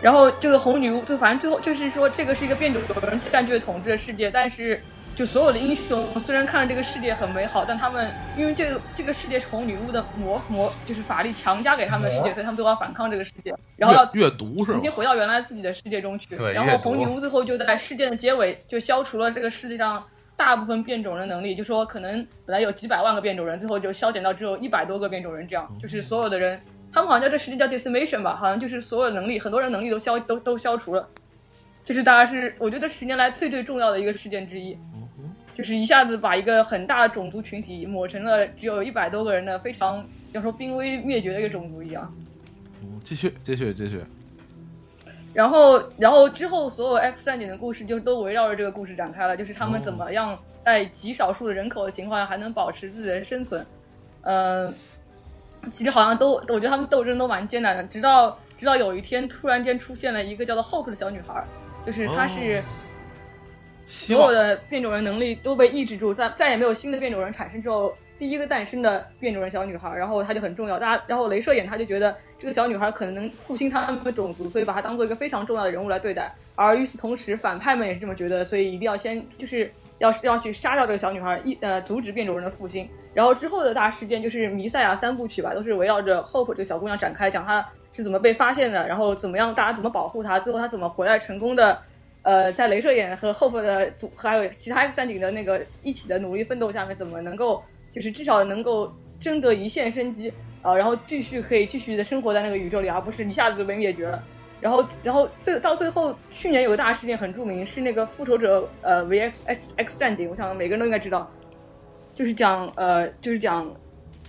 然后这个红女巫，就反正最后就是说，这个是一个变种人占据了统治的世界，但是就所有的英雄虽然看着这个世界很美好，但他们因为这个这个世界是红女巫的魔魔，就是法力强加给他们的世界，所以他们都要反抗这个世界，然后要阅阅读是重吗新？回到原来自己的世界中去。对然阅后读红女巫最后就在事件的结尾就消除了这个世界上大部分变种人的能力，就说可能本来有几百万个变种人，最后就消减到只有一百多个变种人，这样就是所有的人，他们好像叫这实际叫 decimation 吧，好像就是所有能力，很多人能力都消都都消除了。这是大家是我觉得十年来最最重要的一个事件之一，就是一下子把一个很大的种族群体抹成了只有一百多个人的非常要说濒危灭绝的一个种族一样。嗯继续继续继续，然后，然后之后所有 X 战警的故事就都围绕着这个故事展开了，就是他们怎么样在极少数的人口的情况下还能保持自己的生存。嗯，其实好像都，我觉得他们斗争都蛮艰难的，直到直到有一天突然间出现了一个叫做 Hope 的小女孩儿，就是她是。希所望有的呃变种人能力都被抑制住，再再也没有新的变种人产生之后，第一个诞生的变种人小女孩，然后她就很重要。大家，然后镭射眼他就觉得这个小女孩可能能复兴他们的种族，所以把她当做一个非常重要的人物来对待。而与此同时，反派们也是这么觉得，所以一定要先就是要要去杀掉这个小女孩，一呃阻止变种人的复兴。然后之后的大事件就是弥赛亚三部曲吧，都是围绕着 Hope 这个小姑娘展开，讲她是怎么被发现的，然后怎么样大家怎么保护她，最后她怎么回来成功的，呃，在镭射眼和 Hope 的组还有其他三井的那个一起的努力奋斗下面，怎么能够就是至少能够争得一线生机啊、然后继续可以继续的生活在那个宇宙里，而不是一下子就被灭绝了。然后，然后最到最后，去年有个大事件很著名，是那个复仇者呃 VX X X 战警，我想每个人都应该知道，就是讲呃就是讲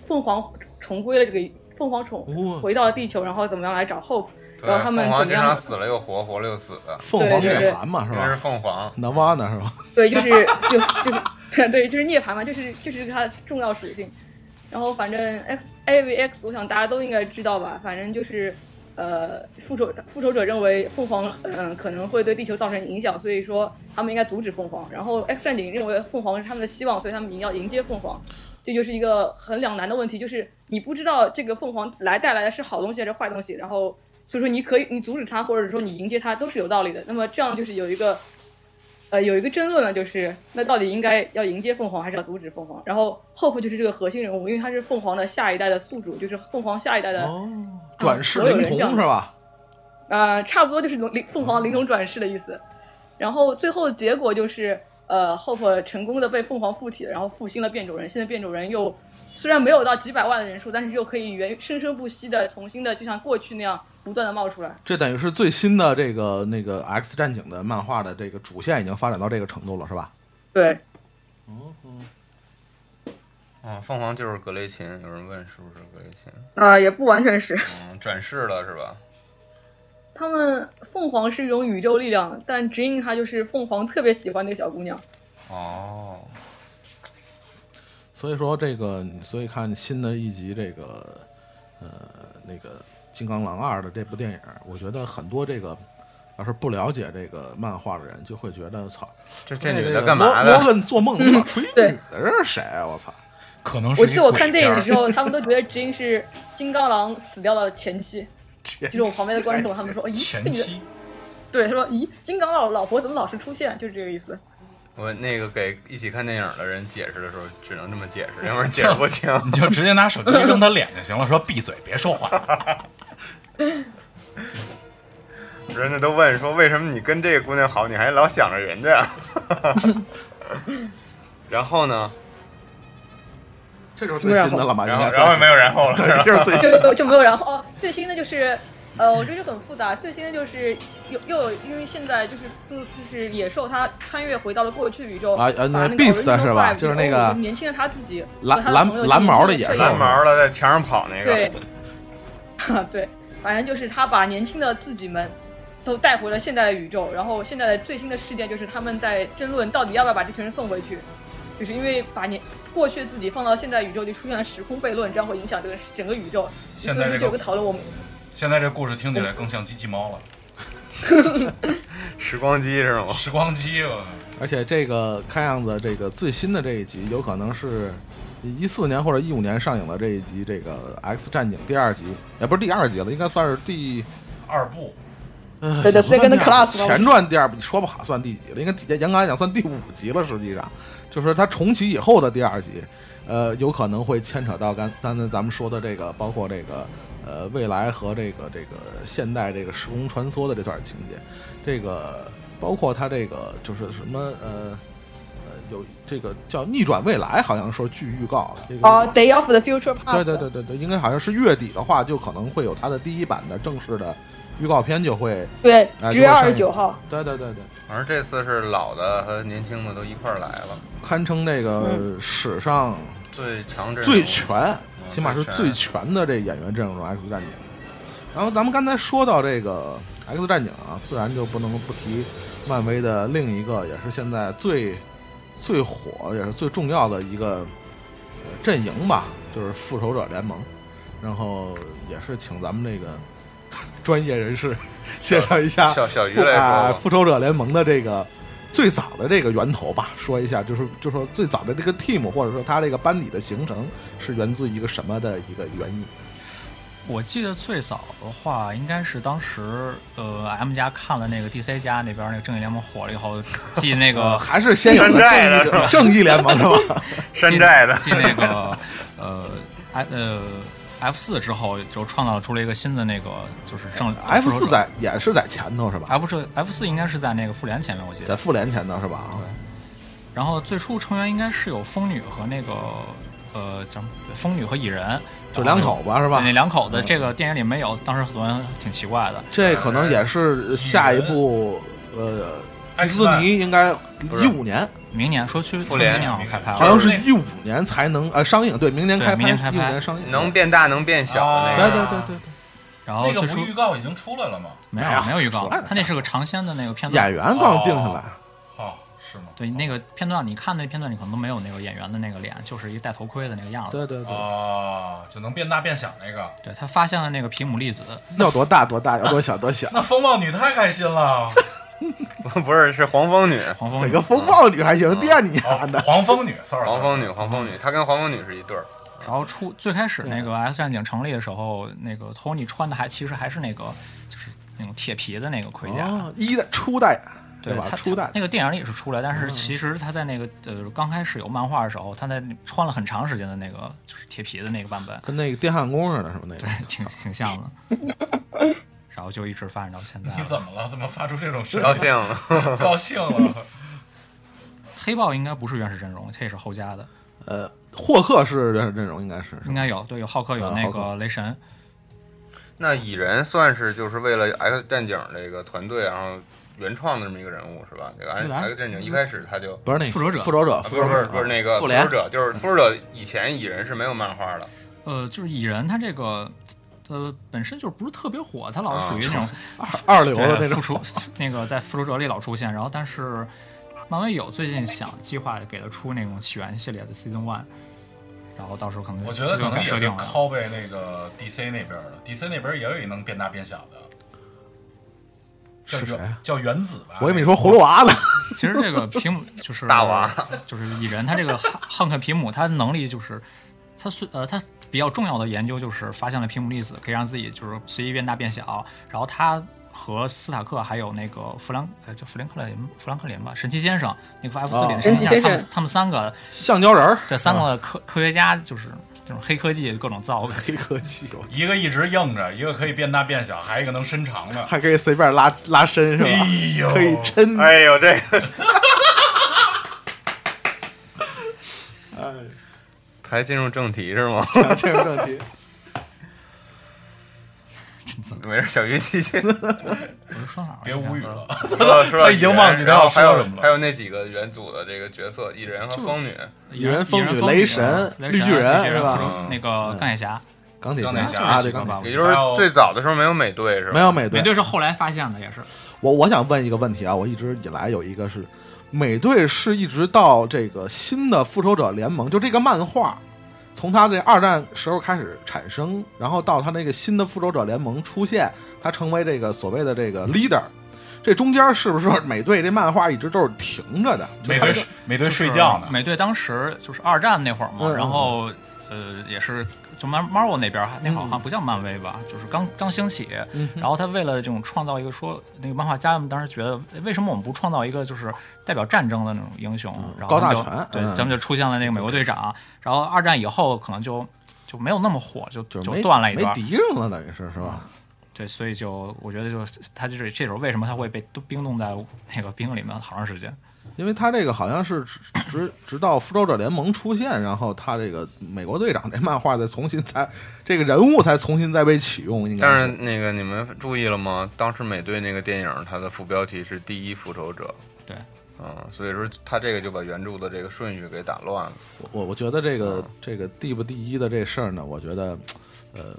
凤凰重归了这个凤凰重哦回到地球，然后怎么样来找 Hope，对然后，他们凤凰怎么经样常死了又活，活了又死的，凤凰对对对涅槃嘛是因为是吧？凤凰，南湾的是吧？对，就是就就是， 对，就是涅槃嘛，就是就是它的重要属性。然后反正 X A V X，我想大家都应该知道吧。反正就是，呃，复仇复仇者认为凤凰嗯、可能会对地球造成影响，所以说他们应该阻止凤凰。然后 X 战警认为凤凰是他们的希望，所以他们一定要迎接凤凰。这就是一个很两难的问题，就是你不知道这个凤凰来带来的是好东西还是坏东西，然后所以说你可以你阻止它，或者说你迎接它都是有道理的。那么这样就是有一个呃，有一个争论呢，就是那到底应该要迎接凤凰，还是要阻止凤凰？然后 Hope 就是这个核心人物，因为他是凤凰的下一代的宿主，就是凤凰下一代的、哦，转世啊所有灵人这童样是吧？呃，差不多就是龙灵凤凰灵童转世的意思。然后最后的结果就是，呃，Hope 成功的被凤凰附体了，然后复兴了变种人。现在变种人又虽然没有到几百万的人数，但是又可以源生生不息的重新的，就像过去那样不断的冒出来。这等于是最新的这个那个 X 战警的漫画的这个主线已经发展到这个程度了是吧？对，嗯，凤凰就是格雷琴，有人问是不是格雷琴？啊、也不完全是。嗯，转世了是吧？他们凤凰是一种宇宙力量，但指引他就是凤凰特别喜欢那个小姑娘，哦，所以说这个，所以看新的一集这个，呃，那个《金刚狼二》的这部电影，我觉得很多这个要是不了解这个漫画的人，就会觉得操，哎这这那女个的干嘛摩摩的？根做梦能把吹对女的是谁啊？我操！可能是我一记得我鬼看电片影儿的时候，他们都觉得 Jin 是金刚狼死掉的前 妻。这是我旁边的观众，他们说：“咦，前这女的期对，他说：‘咦，金刚老老婆怎么老是出现？’就是这个意思。我那个给一起看电影的人解释的时候，只能这么解释，要不然 解释不清。你就直接拿手机扔他脸就行了，说闭嘴别说话。人家都问说，为什么你跟这个姑娘好，你还老想着人 家？然后呢？这就是最新的了吧？应然后该然后算 没有然后了，是吧这是最新的。 就就没有然后。哦，最新的就是，呃，我这就很复杂。最新的就是呃又又有，因为现在就是就就是野兽他穿越回到了过去宇宙啊啊把那那个 Beast Original 是吧 Five 就是那个哦我们年轻的他自己蓝和他的蓝朋友蓝毛的野兽进行了蓝毛的在墙上跑那对 啊个，，对，反正就是他把年轻的自己们都带回了现代的宇宙，然后现在的最新的事件就是他们在争论到底要不要把这群人送回去，就是因为把年过去自己放到现代宇宙就出现了时空悖论，这样会影响这个整个宇宙。现在所以这就有个个讨论，我们现在这故事听起来更像机器猫了，时光机是吗？哦时光机呃了。而且这个看样子，这个最新的这一集有可能是一四年或者一五年上映的这一集，这个《X 战警》第二集，也不是第二集了，应该算是第二部呃 The 也不算 Second 第二 Class 吧前传第二部，你说不好算第几了，应该第严格来讲算第五集了。实际上，就是它重启以后的第二集，呃，有可能会牵扯到刚刚才咱们说的这个，包括这个呃未来和这个这个现代这个时空穿梭的这段情节，这个包括它这个就是什么呃。呃，有这个叫逆转未来，好像说据预告，这个啊、d a y of the Future Past，对对对对对，应该好像是月底的话，就可能会有它的第一版的正式的预告片，就会对哎9 29号，对对对对，反正这次是老的和年轻的都一块儿来了，堪称这个史上最强阵容最全，起码是最最全全的这演员阵容《X 战警》。然后咱们刚才说到这个《X 战警》啊，自然就不能不提漫威的另一个，也是现在最最火也是最重要的一个呃阵营吧，就是复仇者联盟。然后也是请咱们这个 专业人士介绍一下小小鱼复来啊说吧，复仇者联盟的这个最早的这个源头吧，说一下，就是就说最早的这个 team 或者说他这个班底的形成是源自于一个什么的一个原因？我记得最早的话，应该是当时呃 M 家看了那个 DC 家那边那个正义联盟火了以后， 记那个还是先有山寨的了正义正义联盟是吧？山寨的继那个呃 I 呃 F 四之后，就创造出了一个新的那个就是正 F 四在也是在前头是吧？ F 四 F 四应该是在那个复联前面，我记在得。复联前头是吧？啊然后最初成员应该是有疯女和那个呃叫什么对疯女和蚁人，就两口子子是吧那？两口子嗯这个电影里没有，当时很多人挺奇怪的。这可能也是下一部呃，迪士 X-Men 尼应该不是一五年，明年说去复哎联明年好像开拍好了像，是一五年才能呃上映，对，明年对开拍，明年开一五拍年上映，能变大能变小的对那对个，对对对。然后那个最不初是预告已经出来了吗？没哎呀有没有预告出来了，他那是个尝鲜的那个片段演。员刚定下来，哦，是吗？对，那个片段你看那片段，你可能都没有那个演员的那个脸，就是一个戴头盔的那个样子。对对对，哦，就能变大变小那个。对他发现了那个皮姆粒子，要多大多大，要多小多小， 那风暴女太开心了，哦 不是是黄蜂女，黄蜂哪女个风暴女还行，惦你哦丫的，黄蜂女，sorry，黄蜂女黄蜂嗯女，她跟黄蜂女是一 对儿，然后出最开始那个 X 战警成立的时候，那个托尼穿的还其实还是那个就是那种铁皮的那个盔甲，哦一代初代啊对吧？他初代嗯他那个电影里也是出来，但是其实他在那个呃刚开始有漫画的时候，他在穿了很长时间的那个就是铁皮的那个版本，跟那个电焊工似的，是吧？那个挺挺像的。然后就一直发展到现在了。你怎么了？怎么发出这种声高音？兴了。 高兴 了，黑豹应该不是原始阵容，它也是后加的，呃，霍克是原始阵容，应该是是应吧？该有对有浩克有啊那浩克个雷神，那蚁人算是就是为了 X 战警这个团队，然后原创的这么一个人物是吧？这个 X 对啊 X 战警嗯一开始他就。不是那个复仇者复仇者，啊复不是仇不是者，不是那个复复联仇者，就是复仇者以前蚁人是没有漫画的，呃，就是蚁人他这个。呃，本身就不是特别火，他啊老是属于那种二二流的那对种复。仇， 那个在复仇者里老出现。然后，但是漫威有最近想计划给他出那种起源系列的 Season One，然后到时候可能我觉得这可种能也设是定了。拷贝那个 DC 那边的，DC 那边也有一能变大变小的，叫是谁原啊叫原子吧？我以为你说葫芦娃呢，其实这个皮姆 就是大娃， 就是蚁人他这个汉汉克皮姆，他能力就是他虽呃他比较重要的研究就是发现了皮姆粒子可以让自己就是随意变大变小，然后他。和斯塔克还有那个弗兰呃叫弗兰克林弗兰克林吧，神奇先生那个 F 四哦零神奇先生，他神奇先生们他们三个 橡胶人儿，这三个科科学家就是这种黑科技各种造呗，黑科技，我一个一直硬着，一个可以变大变小，还有一个能伸长的。还可以随便拉拉伸是吧？哎呦，可以抻，哎呦，这 个哎，才进入正题是 吗？这是正题。没事，小鱼继续。我是说哪儿了？别无语了。说到说到 他已经蚁人忘记他然后要还说有什么了还有那几个元祖的这个角色，蚁人和风女。蚁人风风女雷神啊绿巨人绿巨是吧复仇那嗯个钢铁侠，钢铁钢铁侠侠啊，对这几个钢铁吧侠，也就是还有最早的时候没有美队是吧？没有美队美。队是后来发现的，也是我我想问一个问题啊，我一直以来有一个是，美队是一直到这个新的复仇者联盟，就这个漫画，从他这二战时候开始产生，然后到他那个新的复仇者联盟出现，他成为这个所谓的这个 leader，这中间是不是美队这漫画一直都是停着的？美队睡美队睡觉呢，美队当时就是二战那会儿嘛，嗯然后呃也是就 Mar Marvel 那边儿那会儿好像嗯不叫漫威吧，就是刚刚兴起。然后他为了这种创造一个说那个漫画家们当时觉得诶为什么我们不创造一个就是代表战争的那种英雄，然后高大他们就全对，嗯咱们就出现了那个美国队长。然后二战以后可能就就没有那么火，就就就是没断了一没段儿。敌人了，等于是是吧？对，所以就我觉得就是他就是这种为什么他会被都冰冻在那个冰里面好长时间。因为他这个好像是直直直到复仇者联盟出现，然后他这个美国队长这漫画再重新才这个人物才重新再被启用，应该但是那个你们注意了吗？当时美队那个电影，它的副标题是“第一复仇者”。对，嗯，所以说他这个就把原著的这个顺序给打乱了。我我我觉得这个这个第不第一的这事儿呢，我觉得，呃，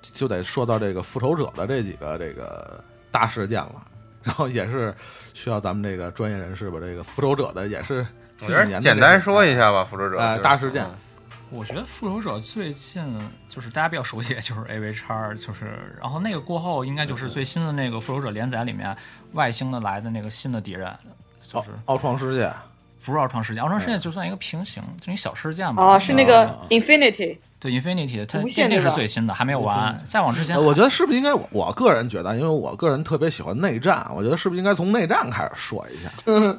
就得说到这个复仇者的这几个这个大事件了，然后也是需要咱们这个专业人士把这个复仇者的也是我近觉几年得的简这个单说一下吧，复仇者呃就是嗯大事件，我觉得复仇者最近就是大家比较熟悉，就是 A V 叉，就是然后那个过后应该就是最新的那个复仇者连载里面外星的来的那个新的敌人，就奥是奥创世界，不是奥创事件，奥创事件就算一个平行，就一小事件吧。哦，是那个 Infinity，对 Infinity，它无限那对是吧最新的，还没有完，再往之前呃我觉得是不是应该我我个人觉得，因为我个人特别喜欢内战，我觉得是不是应该从内战开始说一下？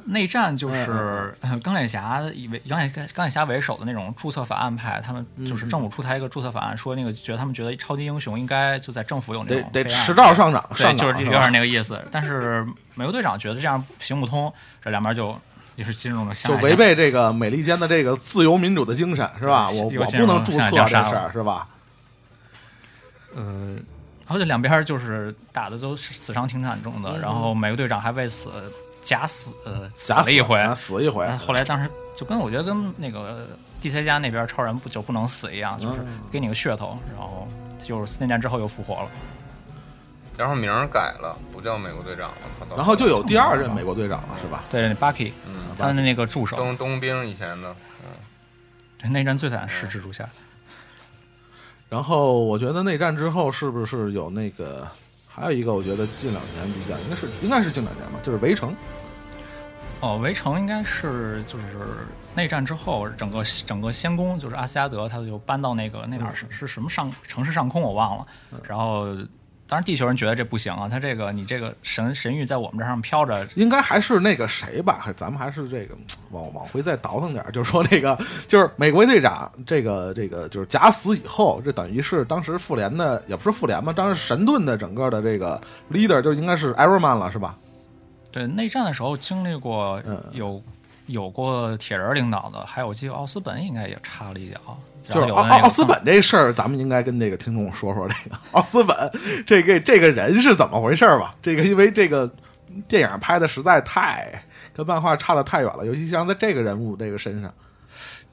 内战嗯就是 呃钢铁侠以为钢铁钢铁侠为首的那种注册法案派，他们嗯就是政府出台一个注册法案，说那个觉得他们觉得超级英雄应该就在政府有那得种得备案迟早上涨，对，上就涨是是有吧点那个意思。但是美国队长觉得这样行不通，这两边就就是进入了相就爱违相背这个美利坚的这个自由民主的精神，是吧？对我有我些不能人注想册想这杀事我儿，是吧？呃，然后这两边就是打的都死伤挺惨重的，然后美国队长还为此假死呃死假了一回，嗯啊死一回但。后来当时就跟我觉得跟那个 DC 家那边超人不就不能死一样，就是嗯给你个噱头，然后就是内战之后又复活了。然后名儿改了，不叫美国队长了，他到然后就有第二任美国队长了，是吧？对，Bucky，他的嗯那个助手，冬冬兵以前的，对内战最惨是蜘蛛侠。然后我觉得内战之后是不是有那个，还有一个我觉得近两年比较应该是应该是近两年吧，就是《围城》哦，围城应该是就是内战之后，整个整个仙宫就是阿斯加德，他就搬到那个那哪儿嗯是是什么上城市上空我忘了。然后，当然地球人觉得这不行啊，他这个你这个神神域在我们这上飘着，应该还是那个谁吧，还咱们还是这个往往回再倒腾点儿，就是说这个就是美国队长这个这个就是假死以后，这等于是当时复联的也不是复联吧，当时神盾的整个的这个 leader 就应该是 Iron Man 了，是吧？对内战的时候经历过嗯有有过铁人领导的，还有我记得奥斯本应该也插了一脚，然就后是有奥的那奥个啊奥斯丧本这事儿，咱们应该跟这个听众说说这个奥斯本这个这个人是怎么回事儿吧？这个因为这个电影拍的实在太跟漫画差的太远了，尤其像在这个人物这个身上，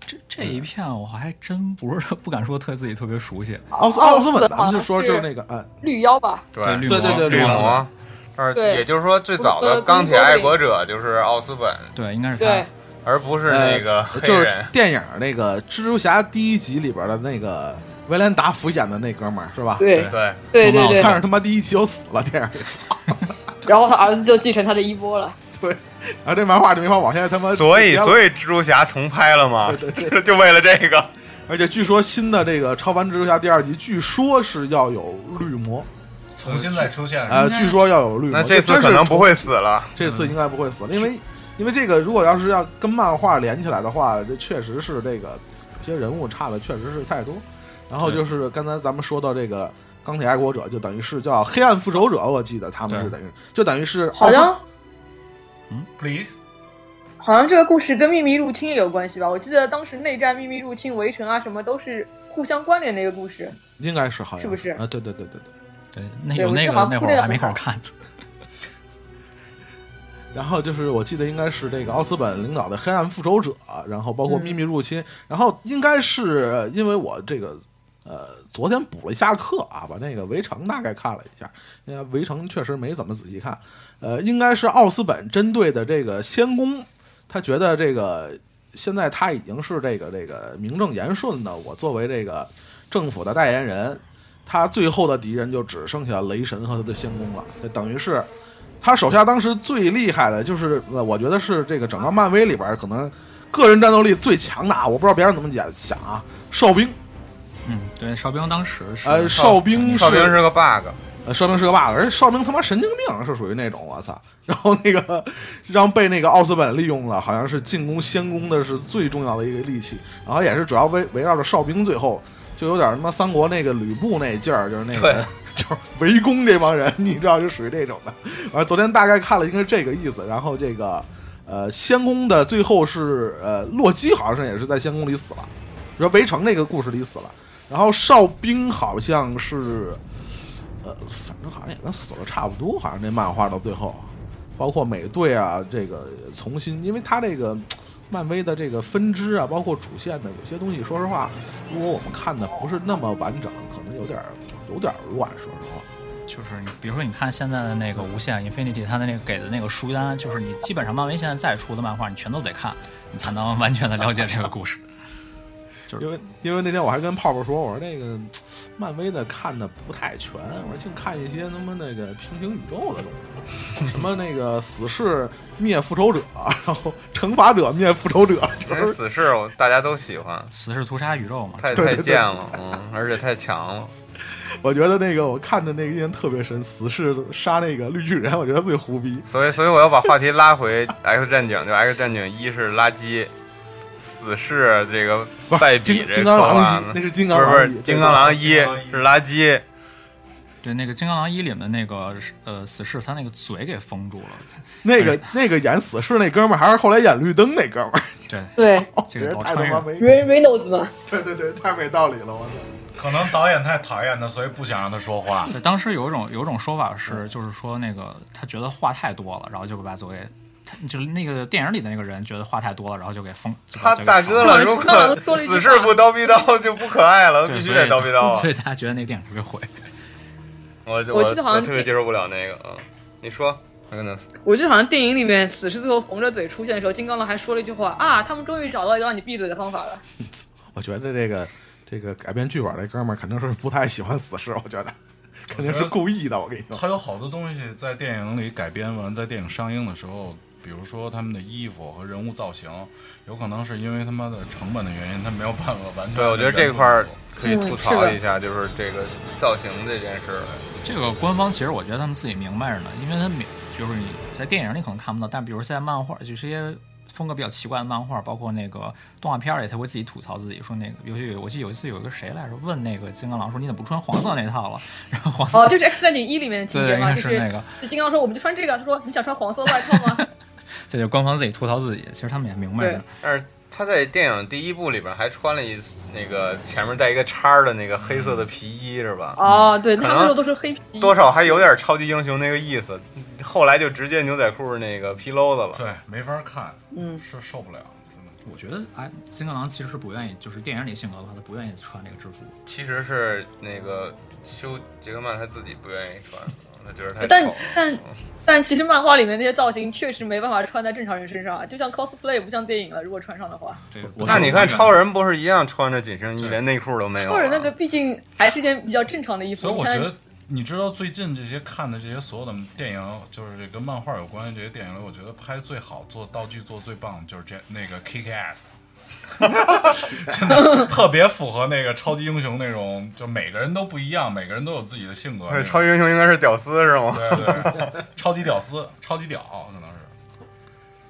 这这嗯一片我还真不是 不敢说特自己特别熟悉，奥斯奥奥斯斯本本咱们就说好像是就是那个呃绿妖吧？对绿对对魔对绿绿魔魔。但是对也就是说，最早的钢铁爱国者就是奥斯本，对应该是他对，而不是那个呃黑就是人。电影那个蜘蛛侠第一集里边的那个维兰达福演的那哥们儿是吧？对对，对对我们对 但，是他妈第一集就死了，电影里， 然后他儿子就继承他的衣钵了。然后这漫画就没法往下他妈。所以以，所以蜘蛛侠重拍了嘛， 就为了这个。而且据说新的这个超凡蜘蛛侠第二集，据说是要有绿魔，重新再出现，呃，据说要有绿魔。那这次可能不会死了。这次应该不会死了，因为因为这个如果要是要跟漫画连起来的话，这确实是这个有些人物差的确实是太多。然后就是刚才咱们说到这个钢铁爱国者，就等于是叫黑暗复仇者，我记得他们是对等于就等于是好像，please，好像这个故事跟秘密入侵也有关系吧？我记得当时内战、秘密入侵、围城啊什么都是互相关联的一个故事。应该是好像是不是啊？对对对对对。对，那对有我那记得个好像那铺会儿垫我还得没开很始看呢。然后就是我记得应该是这个奥斯本领导的《黑暗复仇者》，然后包括《嗯秘密入侵》然后应该是因为我这个呃昨天补了一下课啊，把那个《围城》大概看了一下，因为《围城》确实没怎么仔细看，呃，应该是奥斯本针对的这个仙宫，他觉得这个现在他已经是这个这个名正言顺的，我作为这个政府的代言人，他最后的敌人就只剩下雷神和他的仙宫了，就等于是他手下当时最厉害的就是，呃我觉得是这个整个漫威里边儿可能个人战斗力最强的啊，我不知道别人怎么讲想啊，哨兵，嗯，对，哨兵当时是呃，哨兵哨兵是是个 bug，呃，哨兵是个 bug，而且哨兵他妈神经病，是属于那种我操。然后那个让被那个奥斯本利用了，好像是进攻仙宫的是最重要的一个利器，然后也是主要围围绕着哨兵，最后就有点他妈三国那个吕布那劲儿，就是那个就是围攻这帮人，你知道就属于这种的。而昨天大概看了应该是这个意思，然后这个呃仙宫的最后是呃洛基好像是也是在仙宫里死了，说围城那个故事里死了，然后哨兵好像是。呃，反正好像也跟死了差不多，好像这漫画到最后，包括美队啊，这个重新，因为他这个漫威的这个分支啊，包括主线的有些东西，说实话，如果我们看的不是那么完整，可能有点儿有点儿乱，说实话。就是你，比如说你看现在的那个无限 Infinity，它的那个给的那个书单，就是你基本上漫威现在再出的漫画，你全都得看，你才能完全的了解这个故事。因为因为那天我还跟泡泡说，我说那个漫威的看的不太全，我说净看一些他妈那个平行宇宙的东西，什么那个死侍灭复仇者，然后惩罚者灭复仇者，因就为是死侍我大家都喜欢，死侍屠杀宇宙嘛，太太贱了，嗯，而且太强了。我觉得那个我看的那个印象特别深，死侍杀那个绿巨人，我觉得最胡逼。所以，所以我要把话题拉回 X 战警，就 X 战警一是垃圾，死侍这个不败是笔金这金刚说狼完一，了那是金不刚是狼不一，是金刚狼一金刚狼一是垃圾，对，那个《金刚狼一》里面那个呃死侍，他那个嘴给封住了。那个那个演死侍那哥们儿，还是后来演绿灯那哥们儿，对，对我这觉个得老太穿他妈越 ，Re 没，Reynolds 嘛，对对对，太没道理了，我操！可能导演太讨厌他，所以不想让他说 话。对，当时有一种有一种说法是，就是说那个他觉得话太多了，然后就把嘴给，他就是那个电影里的那个人觉得话太多了，然后就给封。就他把嘴给大封哥了了，如金刚狼果说了一句 死话侍不叨逼叨就不可爱了，对必须所以 得叨逼叨啊所！以大家觉得那个电影特别毁。我就我我记得好像特别接受不了那个，嗯，你说，我跟他我记得好像电影里面死侍最后缝着嘴出现的时候，金刚狼还说了一句话啊，他们终于找到一个让你闭嘴的方法了。我觉得这个这个改编剧本这哥们儿肯定是不太喜欢死侍，我觉得肯定是故意的，我跟你 说。他有好多东西在电影里改编完，在电影上映的时候，比如说他们的衣服和人物造型，有可能是因为他妈的成本的原因，他没有办法完全。对，我觉得这块儿可以嗯吐是槽的一下，就是这个造型这件事儿。这个官方其实我觉得他们自己明白着呢，因为他明就是你在电影里可能看不到，但比如在漫画，就是一些风格比较奇怪的漫画，包括那个动画片儿里，他会自己吐槽自己说那个，尤其有我记得有一次有一个谁来着问那个金刚狼说你怎么不穿黄色那套了， 然后黄色、哦，就是《X 战警一》里面的情节对应嘛，该就是那个，就金刚说我们就穿这个，他说你想穿黄色外套吗？这就是官方自己吐槽自己，其实他们也 明白着对。但是他在电影第一部里边还穿了一那个前面带一个叉儿的那个黑色的皮衣是吧？哦，对，可他能们说都是黑皮，多少还有点超级英雄那个意思，后来就直接牛仔裤那个披褛子了。对没法看，嗯是受不了，真的。我觉得哎，金刚狼其实是不愿意，就是电影里性格的话，他不愿意穿这个制服。其实是那个修杰克曼他自己不愿意穿，他觉得太但丑。但但其实漫画里面那些造型确实没办法穿在正常人身上啊，就像 cosplay 不像电影了，如果穿上的话，这我那你看我超人不是一样穿着紧身衣，对连内裤都没有啊？或者那个毕竟还是件比较正常的衣服。所以我你觉看得，你知道最近这些看的这些所有的电影，就是这跟漫画有关的这些电影里，我觉得拍最好、做道具做最棒的就是这 那个 Kick Ass。真的特别符合那个超级英雄那种，就每个人都不一样，每个人都有自己的性格那对，种。哎超级英雄应该是屌丝是吗？对对，超级屌丝，超级屌，可能是。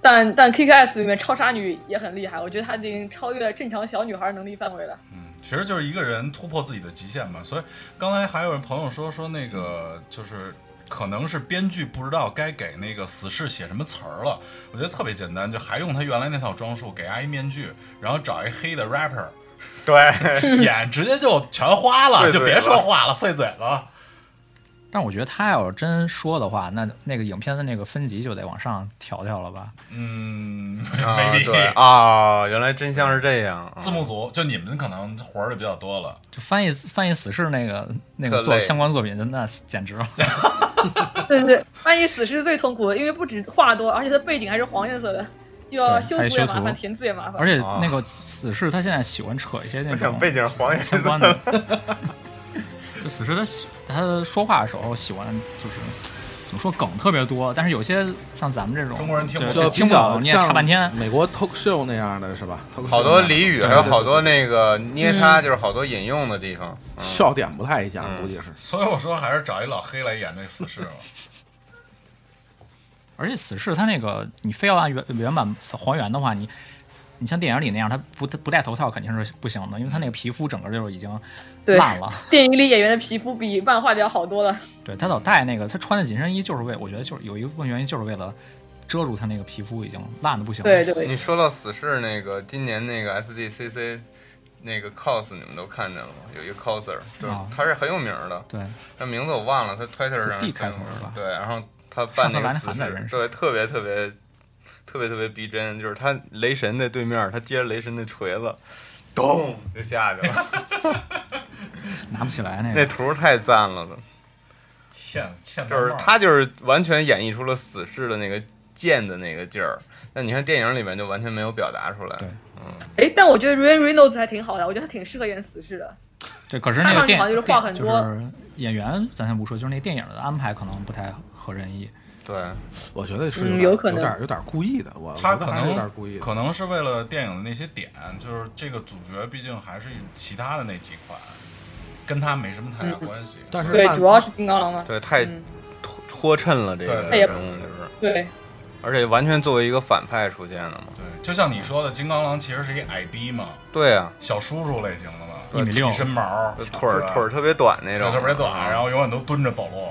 但但 K K S 里面超杀女也很厉害，我觉得她已经超越了正常小女孩能力范围了。嗯，其实就是一个人突破自己的极限嘛。所以刚才还有人朋友说说那个就是。可能是编剧不知道该给那个死侍写什么词儿了，我觉得特别简单，就还用他原来那套装束，给阿一面具，然后找一黑的 rapper 对，演，直接就全花了，嗯碎就嘴别说了话了，碎嘴了。但我觉得他要是真说的话，那那个影片的那个分级就得往上调调了吧？嗯， 啊没必对啊，原来真相是这样 啊。字幕组就你们可能活儿就比较多了，就翻译翻译死侍那个那个特作累相关作品，那简直了。啊对对对，翻译死是最痛苦的，因为不止话多，而且它背景还是黄颜色的，又要对修还图也修麻烦，图填字也麻烦。而且那个死侍他现在喜欢扯一些那我想种背景黄颜色相关 的，就死侍他喜他说话的时候喜欢就是怎么说梗特别多，但是有些像咱们这种中国人听不对懂就就听比不较懂，你也像查半天。美国 talk show 那样的是吧？talk show 好那多样的俚语，对还有对好对多那个捏他，就是好多引用的地方。嗯笑点不太一样，估计是。所以我说还是找一老黑来演那死侍 嘛。而且死侍他那个你非要按原原版还原的话，你你像电影里那样，他不不戴头套肯定是不行的，因为他那个皮肤整个就是已经对烂了。电影里演员的皮肤比漫画里要好多了。对他老戴那个，他穿的紧身衣就是为，我觉得就是有一部分原因就是为了遮住他那个皮肤已经烂的不行了。对对你说到死侍那个，今年那个 SDCC 那个 cos 你们都看见了吗？有一个 coser，对啊，他是很有名的，对他名字我忘了，他 Twitter 上就 D 开头是吧对，然后他扮那个上次死来那韩的人侍，是对，特别特别特别特别逼真，就是他雷神那对面，他接着雷神那锤子，咚就下去了，拿不起来那那个。图太赞了都。欠欠就是漫画他就是完全演绎出了死侍的那个剑的那个劲儿，那你看电影里面就完全没有表达出来对。哎，但我觉得 Ryan Reynolds 还挺好的，我觉得他挺适合演死侍的。对，可是那个电看上去好像就是话很多就是演员咱先不说，就是那电影的安排可能不太合人意。对，我觉得嗯是有点有可能有点有点故意的，呃我他我觉得可还是有点故能意的。可能是为了电影的那些点，就是这个主角毕竟还是其他的那几款，跟他没什么太大关系。但是所对，以漫主要是金刚狼嘛。对，太嗯拖拖衬了这个对人物，就是，对，而且完全作为一个反派出现了嘛。对，就像你说的，金刚狼其实是一矮逼嘛，对啊，小叔叔类型的嘛，一米六起身毛，呃腿儿对吧腿儿特别短那腿种，啊特别短，然后后永远都蹲着走路，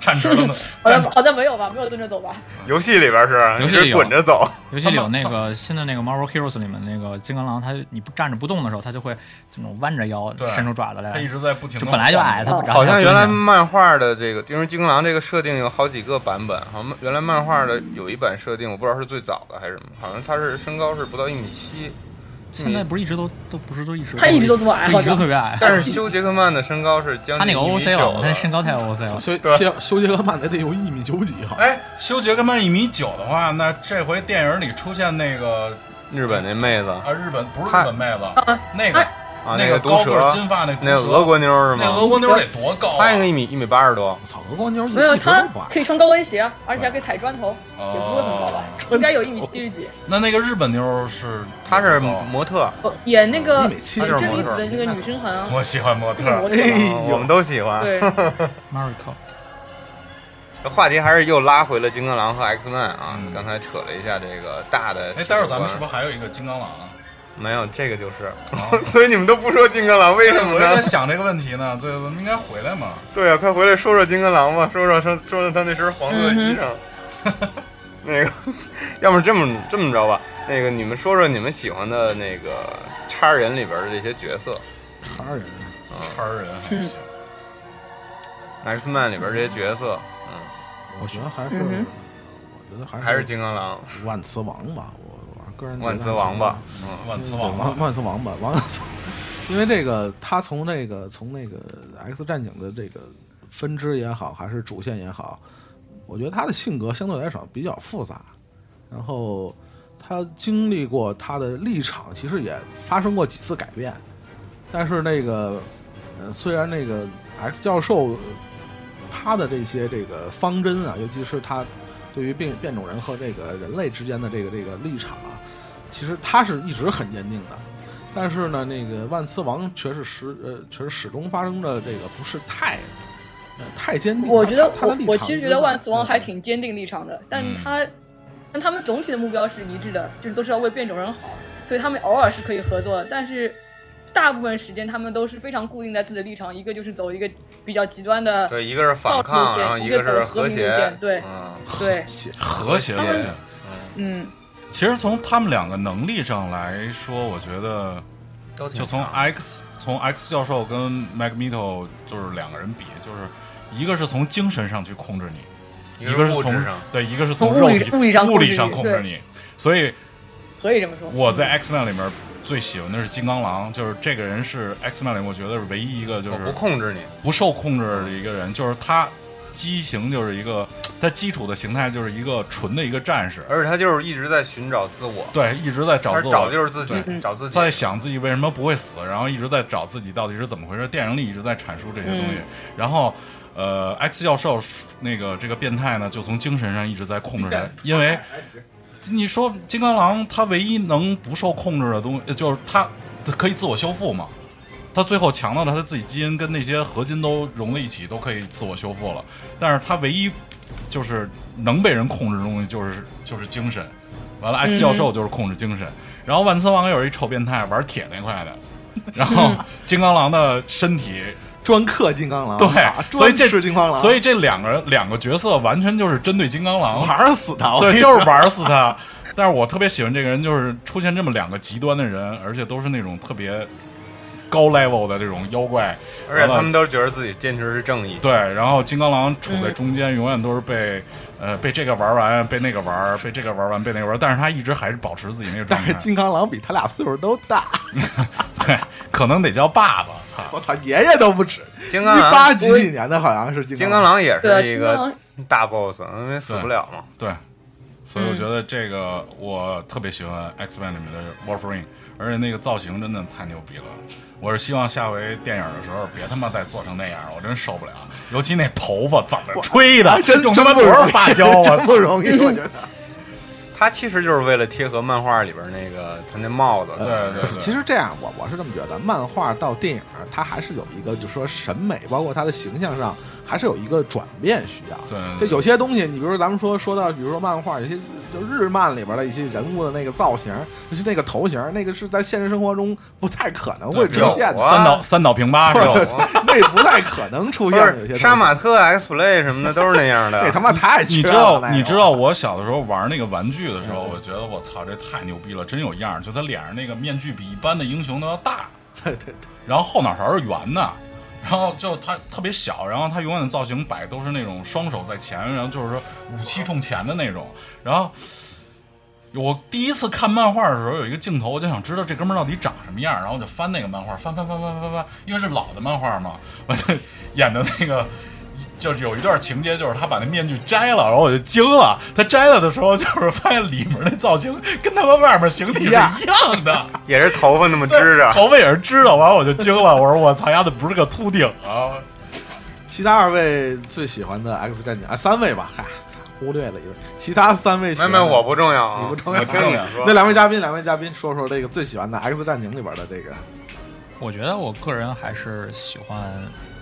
站直 了呢，好站像好像没有吧，没有蹲着走吧。游戏里边是游你戏里是有滚着走，尤其有那个新的那个 Marvel Heroes 里面那个金刚狼，他你不站着不动的时候，他就会这种弯着腰对伸出爪子来他，一直在不停就的。本来就矮，他然后好像原来他就漫画的这个，因为金刚狼这个设定有好几个版本，好像原来漫画的有一版设定，我不知道是最早的还是什么，好像他是身高是不到一米七，现在不是一直都都不是都一直他一直都这么矮对一直都特别矮，但是修杰克曼的身高是将近他那个1.9 OOC 了，他的身高太 OOC 了。修对修修杰克曼得得有一米九几，好像哎，修杰克曼一米九的话，那这回电影里出现那个日本那妹子啊，日本不是日他本妹子，那啊个啊，那个个毒高个儿蛇，金发那毒那蛇俄国妞儿是那俄吗？国妞儿得多高啊？她应该一米一米八十多，我操，俄国妞一没有，一直他都不矮可。以穿高跟鞋，啊而且还可以踩砖头，也不会很高吧哦，应该有一米七十几。那那个日本妞儿是她是多高啊模特，哦演那个一米七呃十真几理子的那个女生好像我喜欢模特是模儿，特吧。啊我们都喜欢。对， Marco，这话题还是又拉回了金刚狼和 X Man 啊嗯，刚才扯了一下这个大的。哎，待会儿咱们是不是还有一个金刚 狼啊？没有这个就是啊？ 所以你们都不说金刚狼，为什我么也在呢？想这个问题呢， 对，我们应该回来嘛。对啊，快回来说说金刚狼吧，说说说说说他那身黄色的衣裳。那个，要么这么这么着吧，那个你们说说你们喜欢的那个叉人里边的这些角色叉人，啊叉儿人还行， ，X Man 里边这些角色，嗯，我觉得还是，嗯我觉得还还是金刚狼，万磁王吧，我我个人觉得万磁王吧，嗯。 万磁对王嘛万。万磁王吧，王，因为这个他从这个从那个 X 战警的这个分支也好，还是主线也好，我觉得他的性格相对来说比较复杂，然后他经历过他的立场，其实也发生过几次改变，但是那个，呃，虽然那个 X 教授呃他的这些这个方针啊，尤其是他对于变变种人和这个人类之间的这个这个立场啊，其实他是一直很坚定的。但是呢，那个万磁王却是始呃，却是始终发生着这个不是太，呃，太坚定。我他觉得他他的我立场我其实觉得万磁王嗯还挺坚定立场的，但他但他们总体的目标是一致的，就是都是要为变种人好，所以他们偶尔是可以合作的，但是大部分时间他们都是非常固定在自己的立场，一个就是走一个比较极端的，对，一个是反道抗，路线然后一个是和一个走和平路谐线，对嗯，对，写和谐和谐的。嗯，其实从他们两个能力上来说，我觉得都挺就从强 X 从 X 教授跟 Magneto 就是两个人比，就是一个是从精神上去控制你，一个个是物从质上，对，一个是从从物肉理体物理上控制上你控制对你。所以可以这么说。我在 X Men 里面最喜欢的是金刚狼，就是这个人是 X Men 里我觉得是唯一一个就我是哦不控制你，不受控制的一个人，就是他畸形就是一个他基础的形态就是一个纯的一个战士，而且他就是一直在寻找自我，对，一直在找他自我，找的就是自己，嗯对找自己。在想自己为什么不会死，然后一直在找自己到底是怎么回事。电影里一直在阐述这些东西，然后。呃，X 教授那个这个变态呢，就从精神上一直在控制他，因为你说金刚狼他唯一能不受控制的东西，就是他他可以自我修复嘛。他最后强到了他自己基因跟那些合金都融在一起，都可以自我修复了。但是他唯一就是能被人控制的东西，就是就是精神。完了，X 教授就是控制精神，然后万磁王又是一臭变态，玩铁那块的。然后金刚狼的身体，专克金刚狼，啊对，所以这专吃金刚狼，所以这两个两个角色完全就是针对金刚狼，玩死他。我跟对，你就是玩死他。但是我特别喜欢这个人，就是出现这么两个极端的人，而且都是那种特别高 level 的这种妖怪，而且他们都觉得自己坚持是正义，对。然后金刚狼处在中间，永远都是被呃被这个玩完，被那个玩，被这个玩完，被那个玩，但是他一直还是保持自己那个状但是态。金刚狼比他俩岁数都大， 对，可能得叫爸爸，操。我操，爷爷都不止。金一刚八狼，几几年的好像是金金刚刚，狼也是对一金刚个狼大 boss，因为死不了嘛。对，所以我觉得这个我特别喜欢 X Men 里面的 Wolverine，而且那个造型真的太牛逼了。我是希望下回电影的时候别他妈再做成那样，我真受不了。尤其那头发怎么吹 的，真用他真妈不多容少易发胶啊！ 真不容易，我觉得。他其实就是为了贴合漫画里边那个他那帽子，对对不是对，其实这样，我我是这么觉得，漫画到电影，它还是有一个，就说审美，包括它的形象上，还是有一个转变需要。对就对有些东西，你比如说咱们说说到，比如说漫画，有些就日漫里边的一些人物的那个造型，就是那个头型，那个是在现实生活中不太可能会出对现有啊的，三岛三岛平八是对 对吧？对，那也不太可能出不现的有些是东西杀，马特、X Play 什么的都是那样的那。他妈太你缺知了道那，个你知道我小的时候玩那个玩具的时候，我觉得我操，这太牛逼了，真有样儿！就他脸上那个面具比一般的英雄都要大， 对对对，然后后脑勺是圆的，然后就他特别小，然后他永远的造型摆都是那种双手在前，然后就是说武器冲前的那种。然后我第一次看漫画的时候，有一个镜头，我就想知道这哥们儿到底长什么样，然后我就翻那个漫画，翻翻翻翻翻翻，因为是老的漫画嘛，我就演的那个。就是有一段情节，就是他把那面具摘了，然后我就惊了。他摘了的时候，就是发现里面那造型跟他们外面形体是一样的。也是啊头发那么支着，头发也是知道，完了我就惊了，我说我操，丫的不是个秃顶啊！其他二位最喜欢的 X 战警啊，三位吧，嗨，操忽略了一位，其他三位喜没有欢没的有，我不重要你啊不，重我要听你说。那两位嘉宾，两位嘉宾说说这个最喜欢的《X 战警》里边的这个我觉得我个人还是喜欢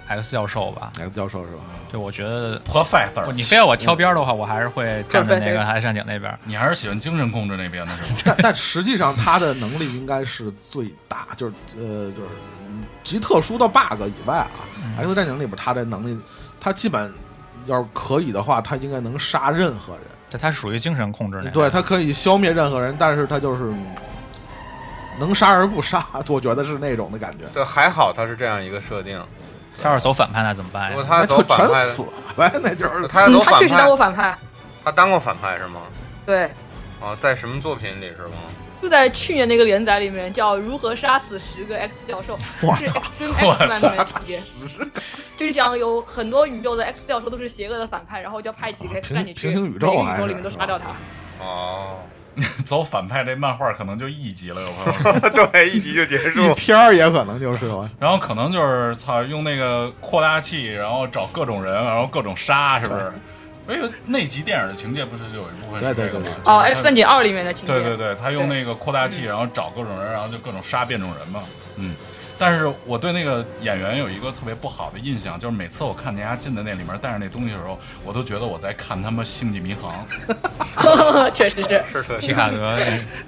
X 教授吧， X 教授是吧？啊对，我觉得。 Professor，你非要我挑边儿的话，我还是会站在那个 Professor 还是战警那边儿。你还是喜欢精神控制那边的是吗？但 但实际上他的能力应该是最大，就是呃就是嗯极特殊的 bug 以外啊，x 嗯战警》里边他的能力，他基本要是可以的话，他应该能杀任何人，对，他属于精神控制那对边。他可以消灭任何人，但是他就是嗯能杀而不杀，我觉得是那种的感觉。对，还好他是这样一个设定，他要是走反派那怎么办如果呀？他哎啊就走反全派死了呗，那就是 他嗯走他反确实当派过，反派，他当过反派是吗？对，啊、啊，在什么作品里是吗？就在去年那个连载里面，叫《如何杀死十个 X 教授》，我是操 Extreme X-Man 里面的主角，就是讲有很多宇宙的 X 教授都是邪恶的反派，然后就要派几个 X 平战警去平每个行宇宙还是里面都杀掉他。 哦，走反派这漫画可能就一集了，有朋友。对，一集就结一束。篇儿也可能就是吧。然后可能就是操用那个扩大器，然后找各种人，然后各种杀，是不是？因为那集电影的情节不是就有一部分是对对这个吗对？就是哦，《他 X 战警二》里面的情节，对对对，他用那个扩大器，然后找各种人，然后就各种杀变种人嘛。嗯，但是我对那个演员有一个特别不好的印象，就是每次我看见他进的那里面带着那东西的时候，我都觉得我在看他们《星际迷航》。确实是。是是皮是，卡德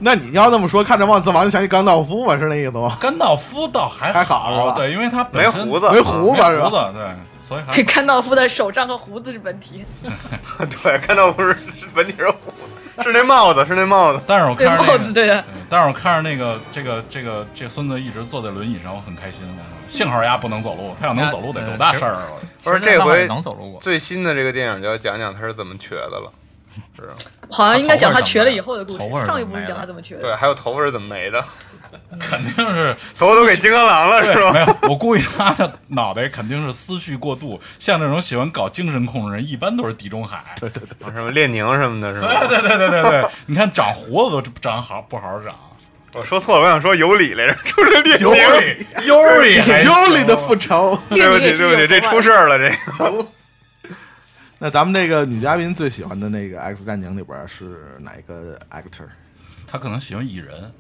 那你要那么说，看着万磁王就想起甘道夫嘛，是那意思吗？甘道夫倒还还好是吧对，因为他本没身胡子，啊没胡没子是胡吧？子，对，所以还这甘道夫的手杖和胡子是本体，子，对，看到不是是本体是胡子，是那帽子，是那帽子。但是我对看着帽那子，个。对的。对但是我看着那个这个这个这孙子一直坐在轮椅上，我很开心。幸好丫不能走路，他要能走路得多大事儿啊！我不是这回能走路过，最新的这个电影就要讲讲他是怎么瘸的了，是好像应该讲他瘸了以后的故头发事，是上一怎部么没是讲了他怎么瘸的。对，还有头发是怎么没的，肯定是头发都给金刚狼了是对，没吧？有，我估计他的脑袋肯定是思绪过度。像这种喜欢搞精神控的人，一般都是地中海。对对什么列宁什么的，是吧？对对对对对，你看长胡子都长好不好好长？我说错了，我想说有理来着，出是列宁。 Yuri 还行尤里的复仇。对不起，对不起，这出事儿了，这个 那咱们这个女嘉宾最喜欢的那个《X 战警》里边是哪一个 actor？他可能喜欢蚁人，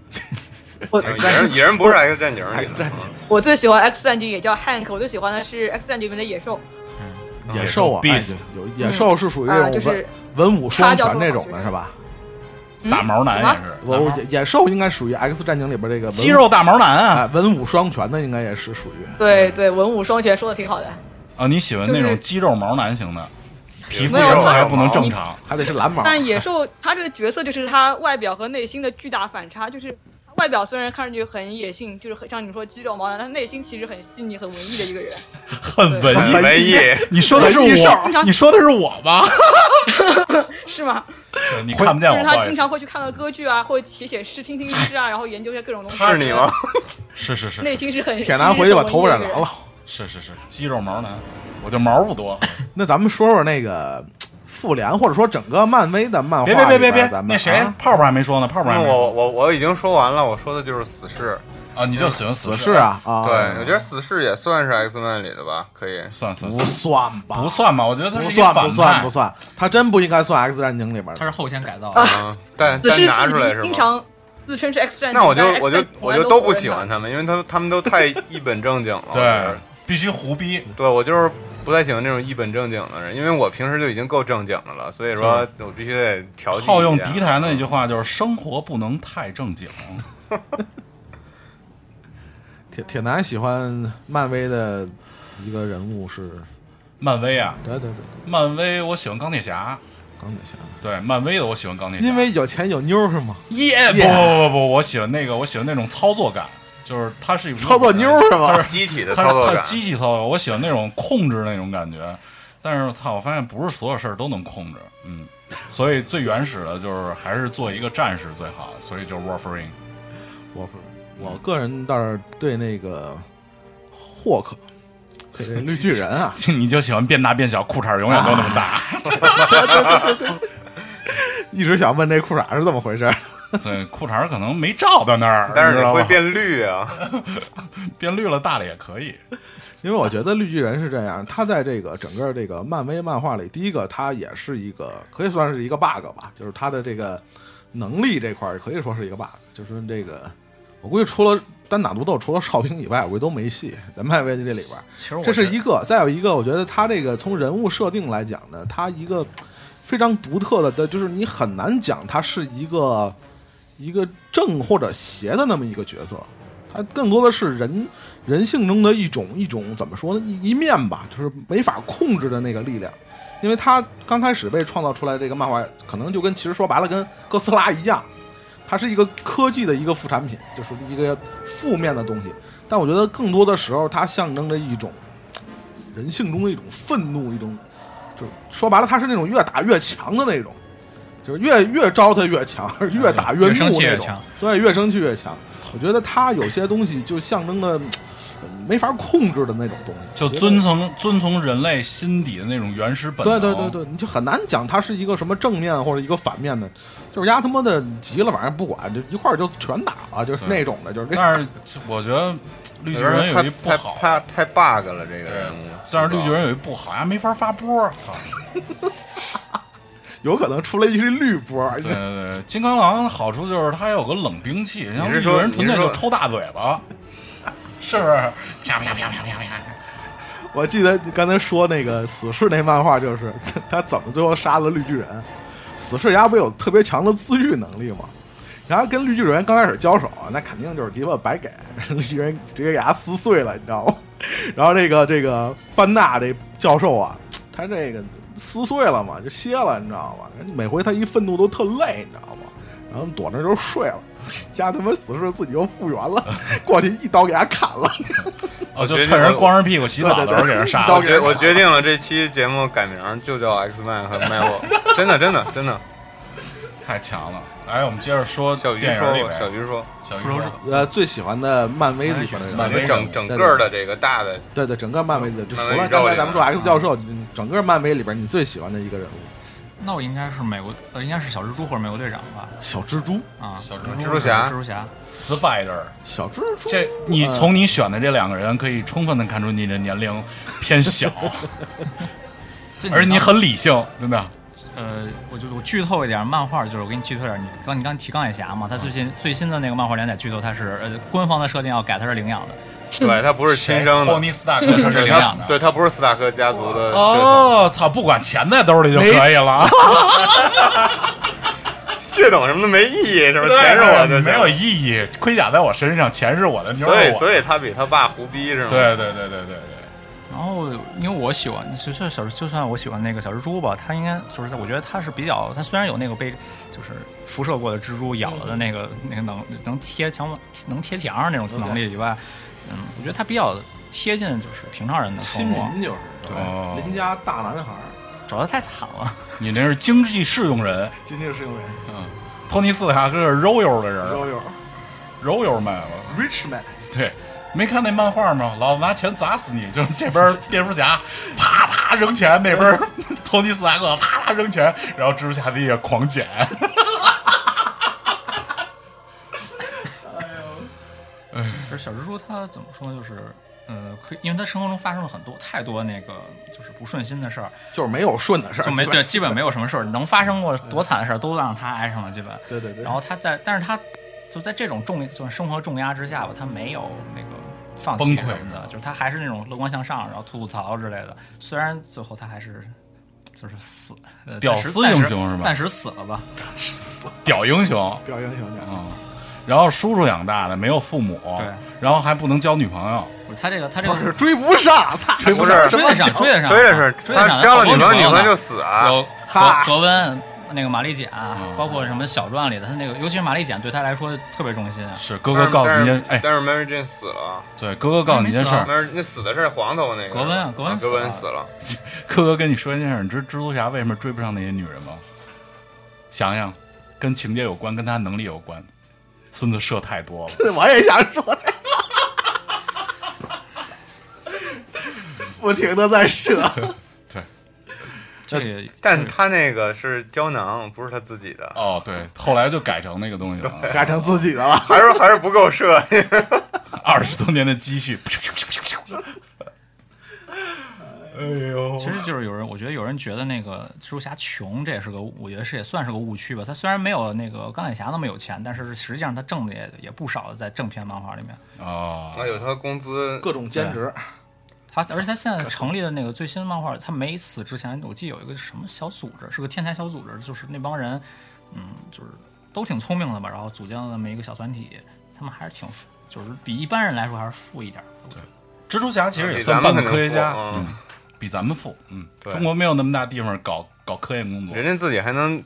蚁人蚁人不是 X 战警里的 X 战警我最喜欢 X 战警也叫 Hank，我最喜欢的是 X 战警里面的野兽，野兽啊，哎 Beast 有野兽是属于这啊，种就文是文武双全那种的是吧？嗯大毛男也是，我我野野兽应该属于《X 战警》里边这个文肌肉大毛男啊哎文武双全的，应该也是属于。对对，文武双全说的挺好的。啊！你喜欢那就种是肌肉毛男型的，皮肤没有颜色他还不能正常。还得是蓝毛，但野兽他这个角色就是他外表和内心的巨大反差，就是他外表虽然看上去很野性，就是很像你说肌肉毛男，但他内心其实很细腻、很文艺的一个人。 很文很艺。文艺， 你说的是文艺少我，你说的是我吧？是吗？你看不 见就是我，不他好意经思常。会去看看歌剧啊，或者写写诗、听听诗啊，然后研究一下各种东西。啊是你 吗？是是是内心是很铁男回去把头发染蓝了。了。是是是，肌肉毛男，我就毛不多。那咱们说说那个复联，或者说整个漫威的漫画别里别边。别别别咱，们那谁啊泡泡还没说呢，泡泡还那没我说我我已经说完了，我说的就是死侍。啊，你就喜欢死死侍？啊啊，对，我觉得死侍也算是 X Man 里的吧，可以。算算不算，算吧，不，算吧？我觉得他是不一个算，反不算，不派，算，他真不应该算 X 战警里边他的。是后天改造的。啊嗯，但只但是拿出来自己是经吗？常自称是 X 战警，那我就但是我就 X 战警我就从来都都不认喜欢他。他们，因为他他们都太一本正经了。我觉 对哦得，必须胡逼。对，我就是不太喜欢这种一本正经的人，因为我平时就已经够正经的了，所以说我必须得调剂一下。套用迪台那句话就是：生活不能太正经。铁铁男喜欢漫威的一个人物是，漫威啊，对对对对，漫威我喜欢钢铁侠，钢铁侠，对，漫威的我喜欢钢铁侠，因为有钱有妞儿是吗？耶不 Yeah 不不不，我喜欢那个，我喜欢那种操作感，就是他是一种操作妞儿是吗他是机体的他操作是他感，机器操作，我喜欢那种控制那种感觉。但是我操，我发现不是所有事儿都能控制，嗯，所以最原始的就是还是做一个战士最好，所以就是 Warframe 我我个人倒是对那个霍克，对这绿巨人 啊，你就喜欢变大变小，裤衩永远都那么啊大。一直想问这裤衩是怎么回事。 对，裤衩可能没罩到那儿，但是你知你道会吧变绿啊。变绿了，大了也可以。因为我觉得绿巨人是这样，他在这个整个这个漫威漫画里，第一个他也是一个可以算是一个 bug 吧，就是他的这个能力这块儿可以说是一个 bug，就是这个我估计除了单打独斗，除了哨兵以外，我估计都没戏在漫威这里边儿。其实我这是一觉个，再有一个，我觉得他这个从人物设定来讲呢，他一个非常独特的的，就是你很难讲他是一个一个正或者邪的那么一个角色，他更多的是人人性中的一种一种怎么说呢一一面吧，就是没法控制的那个力量。因为他刚开始被创造出来这个漫画，可能就跟其实说白了跟哥斯拉一样，它是一个科技的一个副产品，就是一个负面的东西。但我觉得更多的时候，它象征着一种嗯人性中的一种愤怒，一种就是说白了，他是那种越打越强的那种。就是越越招他越 强，越打越怒生气那越种强。对，越生气越强。我觉得他有些东西就象征着嗯没法控制的那种东西，就我觉得遵从遵从人类心底的那种原始本对能。对对对，你就很难讲他是一个什么正面或者一个反面的，就是丫他妈的急了，反正不管，就一块儿就全打了，就是对那种的，就是但是我觉得绿巨有人人有一不太太好，太太 bug 了，这个人物。但是绿巨人有一不好，还没法发波。操！有可能出来一是绿波，对对对，金刚狼好处就是它有个冷兵器，像是绿巨说人纯粹你是就说抽大嘴 巴，是不是？啪啪啪啪啪啪！ 我记得刚才说那个死侍那漫画，就是 他怎么最后杀了绿巨人。死侍家不有特别强的自愈能力吗？然后跟绿巨人刚开始交手，那肯定就是鸡巴白给，绿巨人直接给他撕碎了，你知道吗？ 然后这个这个班纳这教授啊，他这个撕碎了嘛，就歇了，你知道吗？每回他一愤怒都特累，你知道吗？然后躲那儿就睡了，家他妈死侍自己又复原了，过去一刀给他砍了。哦，就决定趁人我光着屁股洗澡的时候给人杀我了对对对。决我决定了，这期节目改名就叫 X Man 和 Marvel，真的真的真的。太强了！来，我们接着说小鱼电影说里过，边小鱼说，小鱼复仇者说呃，最喜欢的漫威里边的人，漫威人整物整对个对的这个大 的对对，整个漫威的，就除漫威了宇宙刚才里咱面们说啊 X 教授，嗯整个漫威里边你最喜欢的一个人物，那我应该是美国，呃，应该是小蜘蛛或者美国队长吧？小蜘蛛，啊，小蜘蜘蛛蛛侠蜘蛛侠， Spider，小蜘蛛，这你呃从你选的这两个人可以充分的看出你的年龄偏小， 这而你刚很理性，真的。呃，我就我剧透一点漫画，就是我给你剧透一点，你刚你刚提钢铁侠嘛，他最近最新的那个漫画连载剧透，他是呃官方的设定要改他是领养的，对，他不是亲生托的，尼斯塔克他是对领他养对的。他不是斯塔克家族的血统，哦，操！不管钱在兜里就可以了，血统什么的没意义，是吧？对钱啊是我的，没有意义。盔甲在我身上，钱是我的，妞所以是我的。所以他比他爸胡逼是吗？对对对对对对。然后因为我喜欢，就算小就算我喜欢那个小蜘蛛吧，他应该就是我觉得他是比较，他虽然有那个被就是辐射过的蜘蛛咬了的那个、那个能能贴墙能贴墙上那种能力以外，嗯，我觉得他比较贴近就是平常人的亲生活，民就是，哦对，邻家大男孩儿， 主要他太惨了。你那是经济适用人，今天是因为托尼斯塔克是柔柔的人， 都有柔柔卖了。 rich man，对，没看那漫画吗？老子拿钱砸死你！就是这边蝙蝠侠啪啪扔钱，那边 托尼斯塔克啪啪扔钱，然后蜘蛛侠地下狂捡。就是小蜘蛛，它怎么说呢？就是，呃，可以，因为它生活中发生了很多太多那个就是不顺心的事儿，就是没有顺的事儿，就没基 对，本基本没有什么事儿能发生过多惨的事儿都让他挨上了，基本。对对对，然后他在，但是他就在这种重就是生活重压之下吧，他没有那个放崩弃溃什么的，就是他还是那种乐观向上，然后吐吐槽之类的。虽然最后他还是就是死，呃屌暂时丝暂时英雄是吧暂时死了吧？屌英雄，表英雄去，嗯，然后叔叔养大的，没有父母，对，然后还不能交女朋友，不是他这个他这不是个追不上，操，不是追得上，追得上，所以啊是追得上他交了好多女朋友，女呢朋友就死啊。有哈格格温、那个玛丽简，啊包括什么小传里的他那个，尤其是玛丽简对他来说特别重心啊。是哥哥告诉你一件，但哎嗯是，但是 Mary Jane 死了对，哥哥告诉你一件事儿， ，Mary 那死的是黄头发那个格温啊格温啊格温死死了，哥哥跟你说一件事儿，你知蜘蛛侠为什么追不上那些女人吗？想想，跟情节有关，跟他能力有关，孙子射太多了。我也想说这个， 不停的在 射，这个，但嗯他那个是胶囊，不是他自己的，哦，对，后来就改成那个东西了， 改成自己的了，还是还是不够射。二十多年的 积蓄。其实就是有人，我觉得有人觉得那个蜘蛛侠穷，这也是个，我觉得是也算是个误区吧。他虽然没有那个钢铁侠那么有钱，但是实际上他挣的也也不少，在正片漫画里面。哦，啊，有他工资各种兼职，他而且他现在成立的那个最新漫画，他没死之前，我记得有一个什么小组织，是个天才小组织，就是那帮人，嗯，就是都挺聪明的吧，然后组建了那么一个小团体，他们还是挺富，就是比一般人来说还是富一点儿。我觉得蜘蛛侠其实也比算咱半们个可能科学富家，嗯，比咱们富。嗯，对中国没有那么大地方搞搞科研工作人。家自己还能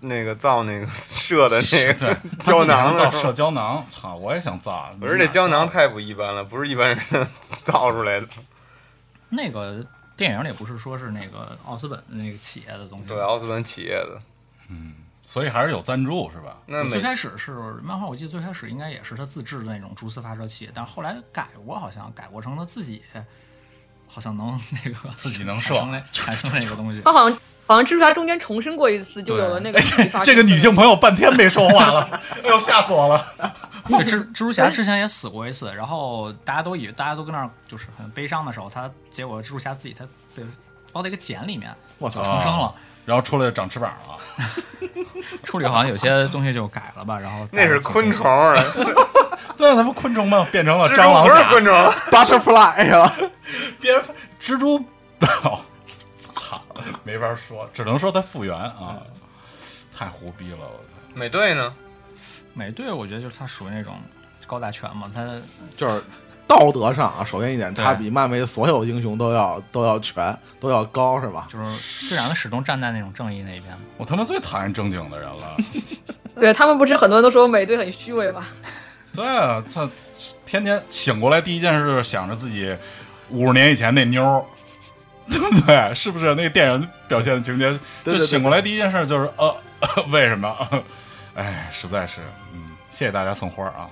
那个造那个 射的 那 对个胶囊造呢。射胶囊，操！我也想造。啊我说这胶囊太不一般了，不是一般人能 造出来的。那个啊电影里不是说是那个奥斯本那个企业的东西吗，对，奥斯本企业的，所以还是有赞助是吧？那最每开始是漫画，我记得最开始应该也是他自制的那种蛛丝发射器，但后来改过，好像改过成他自己，好像能那 个自己能射产生那产生那个东西他。好像好像蜘蛛侠中间重生过一次，就有了那个自己 发射哎这个女性朋友半天没说话 了，哎呦吓死我了！ 对蜘蜘蛛侠之前也死过一次，然后大家都以为大家都跟那儿就是很悲伤的时候，他结果蜘蛛侠自己他被包在一个茧里面我操重！生了，啊然后出来长翅膀了，啊处理好像有些东西就改了吧，然后那是昆虫，啊，对，啊咱们昆虫嘛变成了蜘蟑蛛螂不是侠昆虫，啊 Butterfly 是吧？蝙蝠蜘 蛛，哦操，没法说，只能说它复原啊，太胡逼了，我操！美队呢？美队我觉得就是他属于那种高大全嘛，他就是道德上啊，首先一点，对他比漫威所有英雄都要都要全，都要高，是吧？就是这两个始终站在那种正义那一边嘛。我他妈最讨厌正经的人了。对他们不是很多人都说美队很虚伪吗？对啊，他天天醒过来第一件事就是想着自己五十年以前那妞儿， 对不对？是不是那个电影表现的情节？对对对就醒过来第一件事就是呃， 为什么？ 哎，实在是，嗯，谢谢大家送花啊。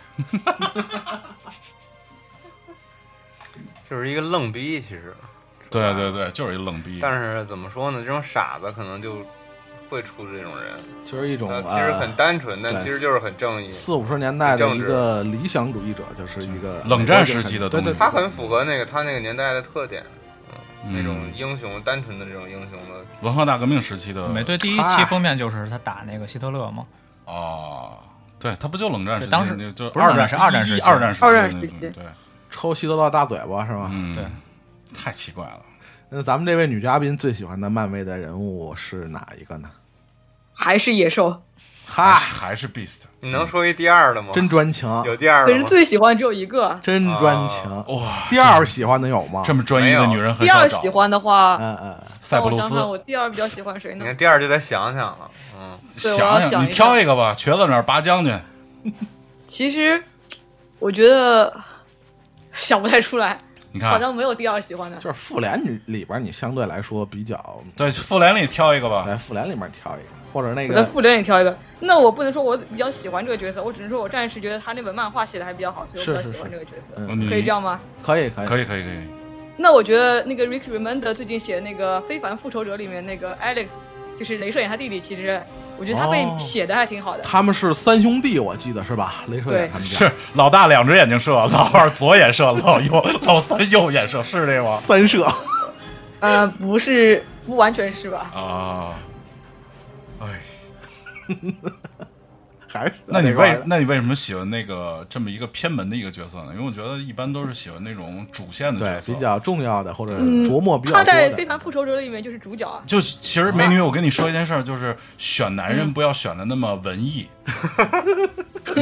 就是一个愣逼，其实，啊对对对，就是一愣逼。但是怎么说呢？这种傻子可能就会出这种人，就是一种他呃其实很单纯，但对其实就是很正义。四五十年代的政一治个理想主义者，就是一个冷战时期的对对东西对，他很符合那个他那个年代的特点，嗯，那种嗯英雄单纯的这种英雄的，文化大革命时期的美队第一期封面就是他打那个希特勒嘛，哦，对他不就冷战时期？对当时那就不是冷二战战是二战时期一二战时二战期的时那期种对，抽希特勒大嘴巴是吧？嗯对，太奇怪了。那咱们这位女嘉宾最喜欢的漫威的人物是哪一个呢？还是野兽？啊还哈，是还是 Beast，嗯你能说一第二嗯的吗？真专情，有第二可的是吗？最喜欢只有一个。啊真专情哇！第二喜欢的有吗？啊这么专一的没有女人很第少二找。喜欢的话，嗯嗯，塞让浦我路想斯，想，我第二比较喜欢谁你呢？看第二就得想想了，嗯，对我要想想你一挑下一个吧，瘸子哪儿拔将军？其实我觉得想不太出来，你啊好看，像没有第二喜欢的就。是复联里里边你相对来说比较在复联里挑一个吧。在复联里面挑一个，或者那我在个复联里挑一个，那我不能说我比较喜欢这个角色，我只能说我暂时觉得他那本漫画写的还比较好，所以我比较是是喜欢这个角色，嗯你可以这样吗？可以可以可以可以可以，那我觉得那个 Rick Remender 最近写的那个《非凡复仇者》里面那个 Alex，就是镭射眼他弟弟，其实我觉得他被哦写的还挺好的。他们是三兄弟，我记得是吧？镭射眼他们家是老大两只眼睛射， 老二左眼射，老右老三右眼射，是这吗？三射，呃，不是，不完全是吧？啊，哎， 还是那你块儿为那你为什么喜欢那个这么一个偏门的一个角色呢？因为我觉得一般都是喜欢那种主线的角对色，比较重要的或者嗯琢磨比较他多在《的非凡复仇者》里面就是主角啊。就是其实美女，我跟你说一件事儿，就是选男人不要选的那么文 艺，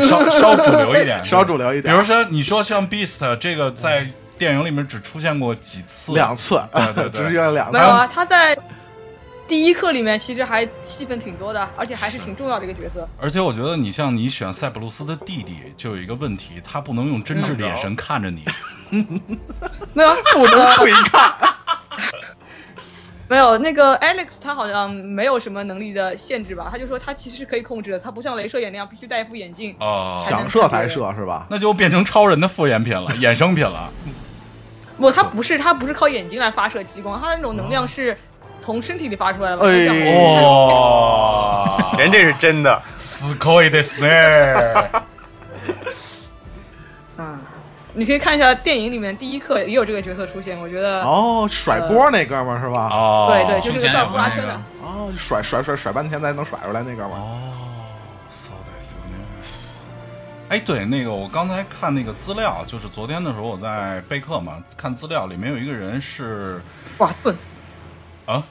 稍稍主流一点， 稍主流一比点，如说你说像 Beast 这个在电影里面只出现过几次，两次，对对 对只有两没次有。啊，他在第一课里面其实还戏份挺多的，而且还是挺重要的一个 角色。而且我觉得你像你选塞浦路斯的弟弟，就有一个问题，他不能用真挚的眼神看 着你。没有啊，不能对抗， 没有那个 Alex，他好像没有什么能力的限制吧？他就说他其实是可以控制的，他不像镭射眼那样必须戴一副眼镜。哦，想射才射是吧？那就变成超人的复原品了， 衍生品了。不，他不是，他不是靠眼睛来发射激光，他那种能量是从身体里发出来的。哎就这样哦， 人这是真的，すごいですね。你可以看一下电影里面第一课也有这个角色出现，我觉得、哦，甩波那哥们儿是吧？哦，对对，就胸这个前也叫呼不是啦那圈的个。哦，甩甩甩甩半天才能甩出来那哥们儿，哦，そうですよね。哎，对，那个我刚才看那个资料，就是昨天的时候我在备课嘛，看资料里面有一个人是哇，笨！啊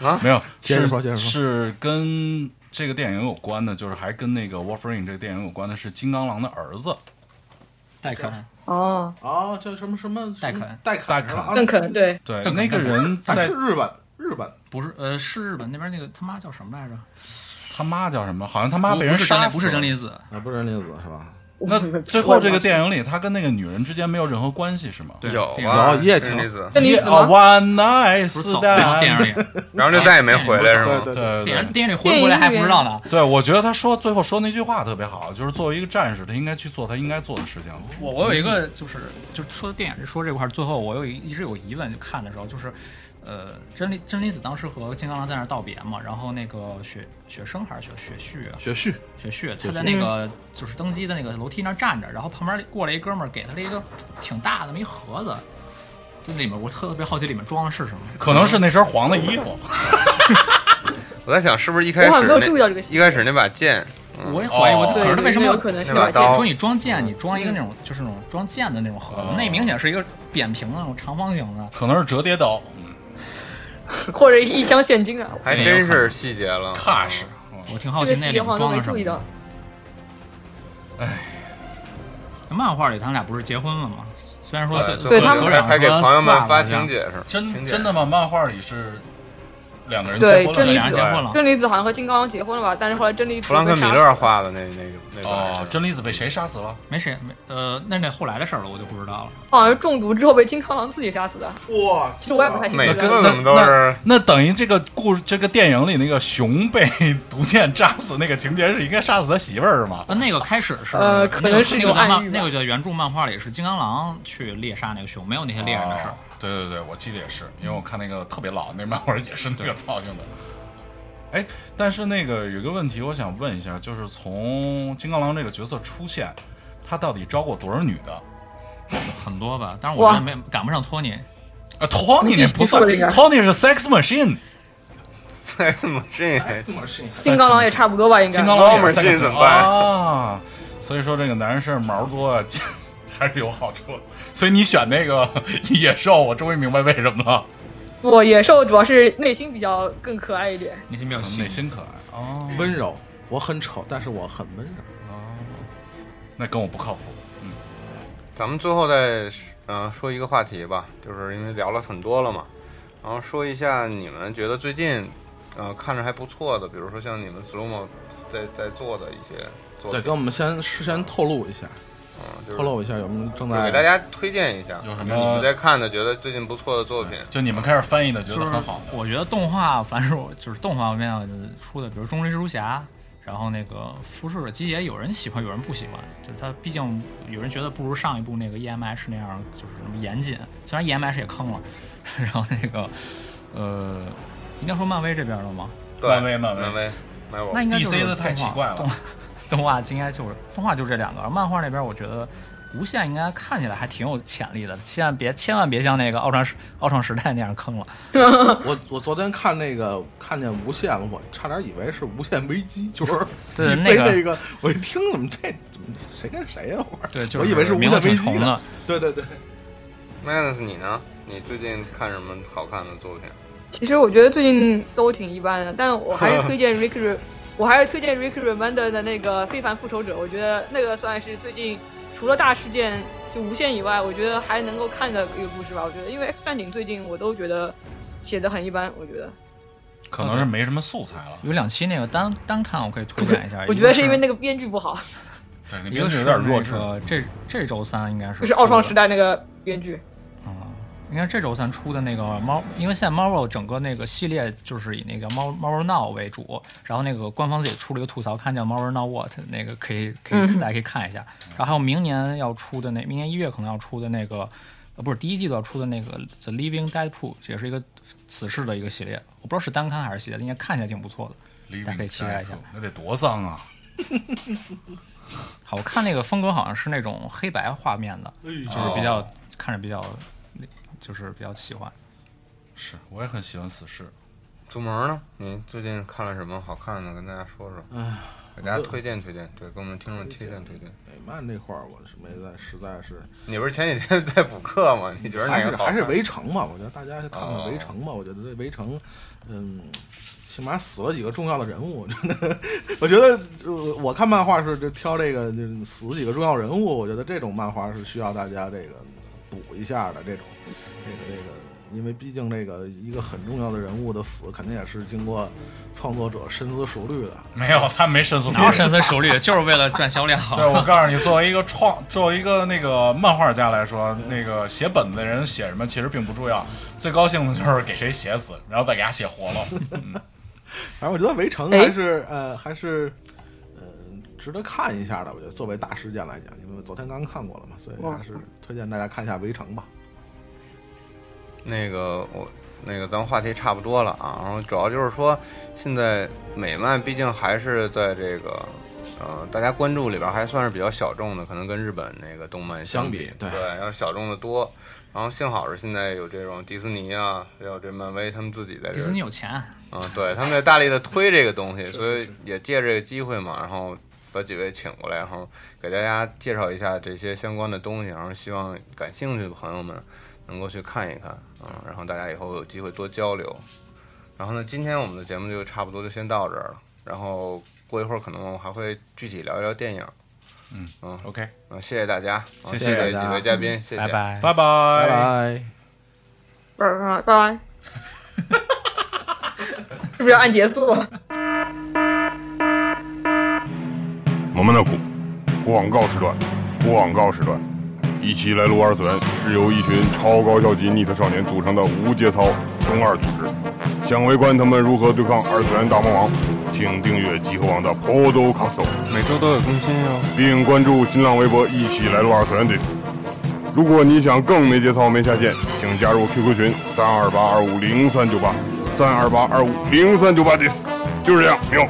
啊没有，接着是说接着说是跟这个电影有关的，就是还跟那个《Wolverine》这个电影有关的是金刚狼的儿子戴肯，哦，哦，叫什么什么戴肯戴肯戴肯是吧邓肯对，对，邓那肯个人啊 在是日本日本不是呃是日本那边那个他妈叫什么来着？他妈叫什么？好像他妈不被人不是真杀理死不是真理子，啊，不是那个是吧？那 最后这个电影里，他跟那个女人之间没有任何关系是吗？对有电影啊，有一夜情真女子那你死哦啊吗？ ，One Night 不是走到电 Stand，影里，然后就再也没回来是吗？对对对 电对影电影里回不回来还不知道呢。对，我觉得他说最后说那句话特别好，就是作为一个战士，他应该去做他应该做的事情。我我有一个就是就是说电影说这块儿，最后我有一一直有疑问，就看的时候就是，呃，真理真理子当时和金刚狼在那儿道别嘛，然后那个雪雪生还是雪雪旭啊，雪旭，雪旭他在那嗯个就是登机的那个楼梯那儿站着，然后旁边过来一哥们儿给他了一个挺大的那么一盒子，这里面我特别好奇里面装的是什么，可能是那身黄的衣服，我在想是不是一开始我好像没有那注意到这个细一开始那把剑，嗯我也怀疑我，哦可是他为什么有要可能是那把吧？刀说你装剑，你装一个那种就是那种装剑的那种盒子哦，那明显是一个扁平的那种长方形的。可能是折叠刀，嗯或者一箱现金啊？还真是细节了，踏实。嗯我挺这好奇那个细里节面好像装都没了什注意到么。。漫画里他们俩不是结婚了吗？虽然说哎最最最后他们合还掌还给和朋友们 squad 发好请像柬是吗真请柬真的吗？漫画里是两个人对结婚对真理俩了子人结婚了。真理子好像和金刚狼结婚了吧？但是后来真理子弗兰克被米杀勒画的那那个那段哦，是真理子被谁杀死了？没谁没呃，那那后来的事儿了，我就不知道了。好像是中毒之后被金刚狼自己杀死的。哇，其实我也不太清每楚次的。怎么都是那等于这个故事，这个电影里那个熊被毒箭扎死那个情节是应该杀死他媳妇儿是吗？呃，那个开始是呃可能是那一个那个个叫暗漫喻吧那个叫原著漫画里是金刚狼去猎杀那个熊，没有那些猎人的事儿哦。对对对，我记得也是，因为我看那个特别老那漫画也是那个造型的。哎，但是那个有一个问题，我想问一下，就是从金刚狼这个角色出现，他到底招过多少女的？很多吧，但是我觉得没赶不上托尼。啊，Tony 那不算你说的，Tony 是 Sex Machine，塞斯姆这金刚狼也差不多吧，应该。金刚狼也 Norman 是 Sex Jean 怎么办啊？所以说这个男人身上毛多啊，还是有好处的。所以你选那个 野兽，我终于明白为什么了，不，野兽主要是内心比较更可爱一点。内心比较细内，心可爱哦。温柔，我很丑，但是我很温柔。那跟我不靠谱。咱们最后再嗯、呃说一个话题吧，就是因为聊了很多了嘛，然后说一下你们觉得最近呃看着还不错的，比如说像你们 Slowmo 在在做的一些作对，品，给我们先事先透露一下，嗯，就是透露一下，我们正就在给大家推荐一下，有什么就是你们在看的觉得最近不错的作品，就你们开始翻译的，觉就得是很好的。我觉得动画，凡是我就是动画方面就是出的，比如《中之蜘蛛侠》，然后那个《复仇者集结》，有人喜欢，有人不喜欢。就是它毕竟有人觉得不如上一部那个 EMH 那样，就是什么严谨。虽然 EMH 也坑了，然后那个呃，应该说漫威这边了吗？对，漫威漫威漫威，漫那威，应该就是 DC 的太奇怪了动画，动动画应该就是动画就这两个，而漫画那边我觉得。无限应该看起来还挺有潜力的，千万别千万别像那个奥创时奥创时代那样坑了。我我昨天看那个看见无限了，我差点以为是无限危机，就是对 DC 那个那个，我一听怎么这怎么谁跟谁呀、我对，就是我以为是无名限字危挺机重呢的。对对对， Manus 你呢？你最近看什么好看的作品？其实我觉得最近都挺一般的，但我还是推荐 Rick，Re- 我还是推荐 Rick Remender 的那个《非凡复仇者》，我觉得那个算是最近除了大事件就无限以外，我觉得还能够看的一个故事吧。我觉得，因为《X 战警》最近我都觉得写的很一般，我觉得，。可能是没什么素材了。有两期那个单单看，我可以推荐一下哎我觉得是一因个为那个编剧不好，对，那一编个剧是有点弱智那。个这这周三应该是就是《奥创时代》那个编剧。啊、应该这周三出的那个猫，因为现在 Marvel 整个那个系列就是以那 个 Mar- Marvel Now 为主，然后那个官方自己出了一个吐槽刊叫 Marvel Now What，那个可以可以大家可以看一下。然后还有明年要出的那明年一月可能要出的那个。呃，不是第一季度要出的那个《The Living Deadpool》，也是一个死侍的一个系列，我不知道是单刊还是系列，应该看起来挺不错的。大家可以期待一下 Living Deadpool，那得多脏啊！好，我看那个风格好像是那种黑白画面的，就是比哦较看着比较，就是比较喜欢。是，我也很喜欢死侍。嗯祖萌呢？你最近看了什么好看的？跟大家说说，给大家推荐推荐，对，给我们听众推荐推荐。美漫这块儿我是没在，实在是你不是前几天在补课吗？你觉得哪还个是好还看是围城吧，我觉得大家看看哦围城吧，我觉得这围城，嗯，起码死了几个重要的人物，我觉得，我觉得呃我看漫画是就挑这个就是死几个重要人物，我觉得这种漫画是需要大家这个补一下的这种，这个这个因为毕竟这个一个很重要的人物的死，肯定也是经过创作者深思熟虑的。没有，他没深思熟哪有虑。深思熟虑，就是为了赚销量。对，我告诉你，作为一个创，作为一个那个漫画家来说，那个写本子的人写什么其实并不重要，最高兴的就是给谁写死，然后再给他写活了。嗯反正我觉得《围城》还是呃还是呃值得看一下的。我觉得作为大事件来讲，因为昨天刚看过了嘛，所以还是推荐大家看一下《围城》吧。那个我那个咱们话题差不多了啊，然后主要就是说，现在美漫毕竟还是在这个呃大家关注里边还算是比较小众的，可能跟日本那个动漫相比比，对要小众的多。然后幸好是现在有这种迪士尼啊，还有这漫威他们自己在这迪儿士尼有钱，嗯，对，他们在大力的推这个东西，所以也借这个机会嘛，然后把几位请过来，然后给大家介绍一下这些相关的东西，然后希望感兴趣的朋友们能够去看一看，嗯，然后大家以后有机会多交流。然后呢，今天我们的节目就差不多就先到这儿了，然后过一会儿可能我还会具体聊一聊电影。嗯嗯 OK，嗯，谢谢大家，谢谢谢大几家位嘉宾，谢谢，拜拜。拜拜拜。拜拜。拜拜拜， 是不是要按节奏？啊蒙蒙的苦。广告时段，广告时段，一期来撸二次元是由一群超高校级逆特少年组成的无节操中二组织。想围观他们如何对抗二次元大魔王，请订阅集合网的 Podcast，每周都有更新哟。并关注新浪微博“一起来撸二次元”队。如果你想更没节操、没下限，请加入 QQ 群三二八二五零三九八，三二八二五零三九八，这就是这样，没有。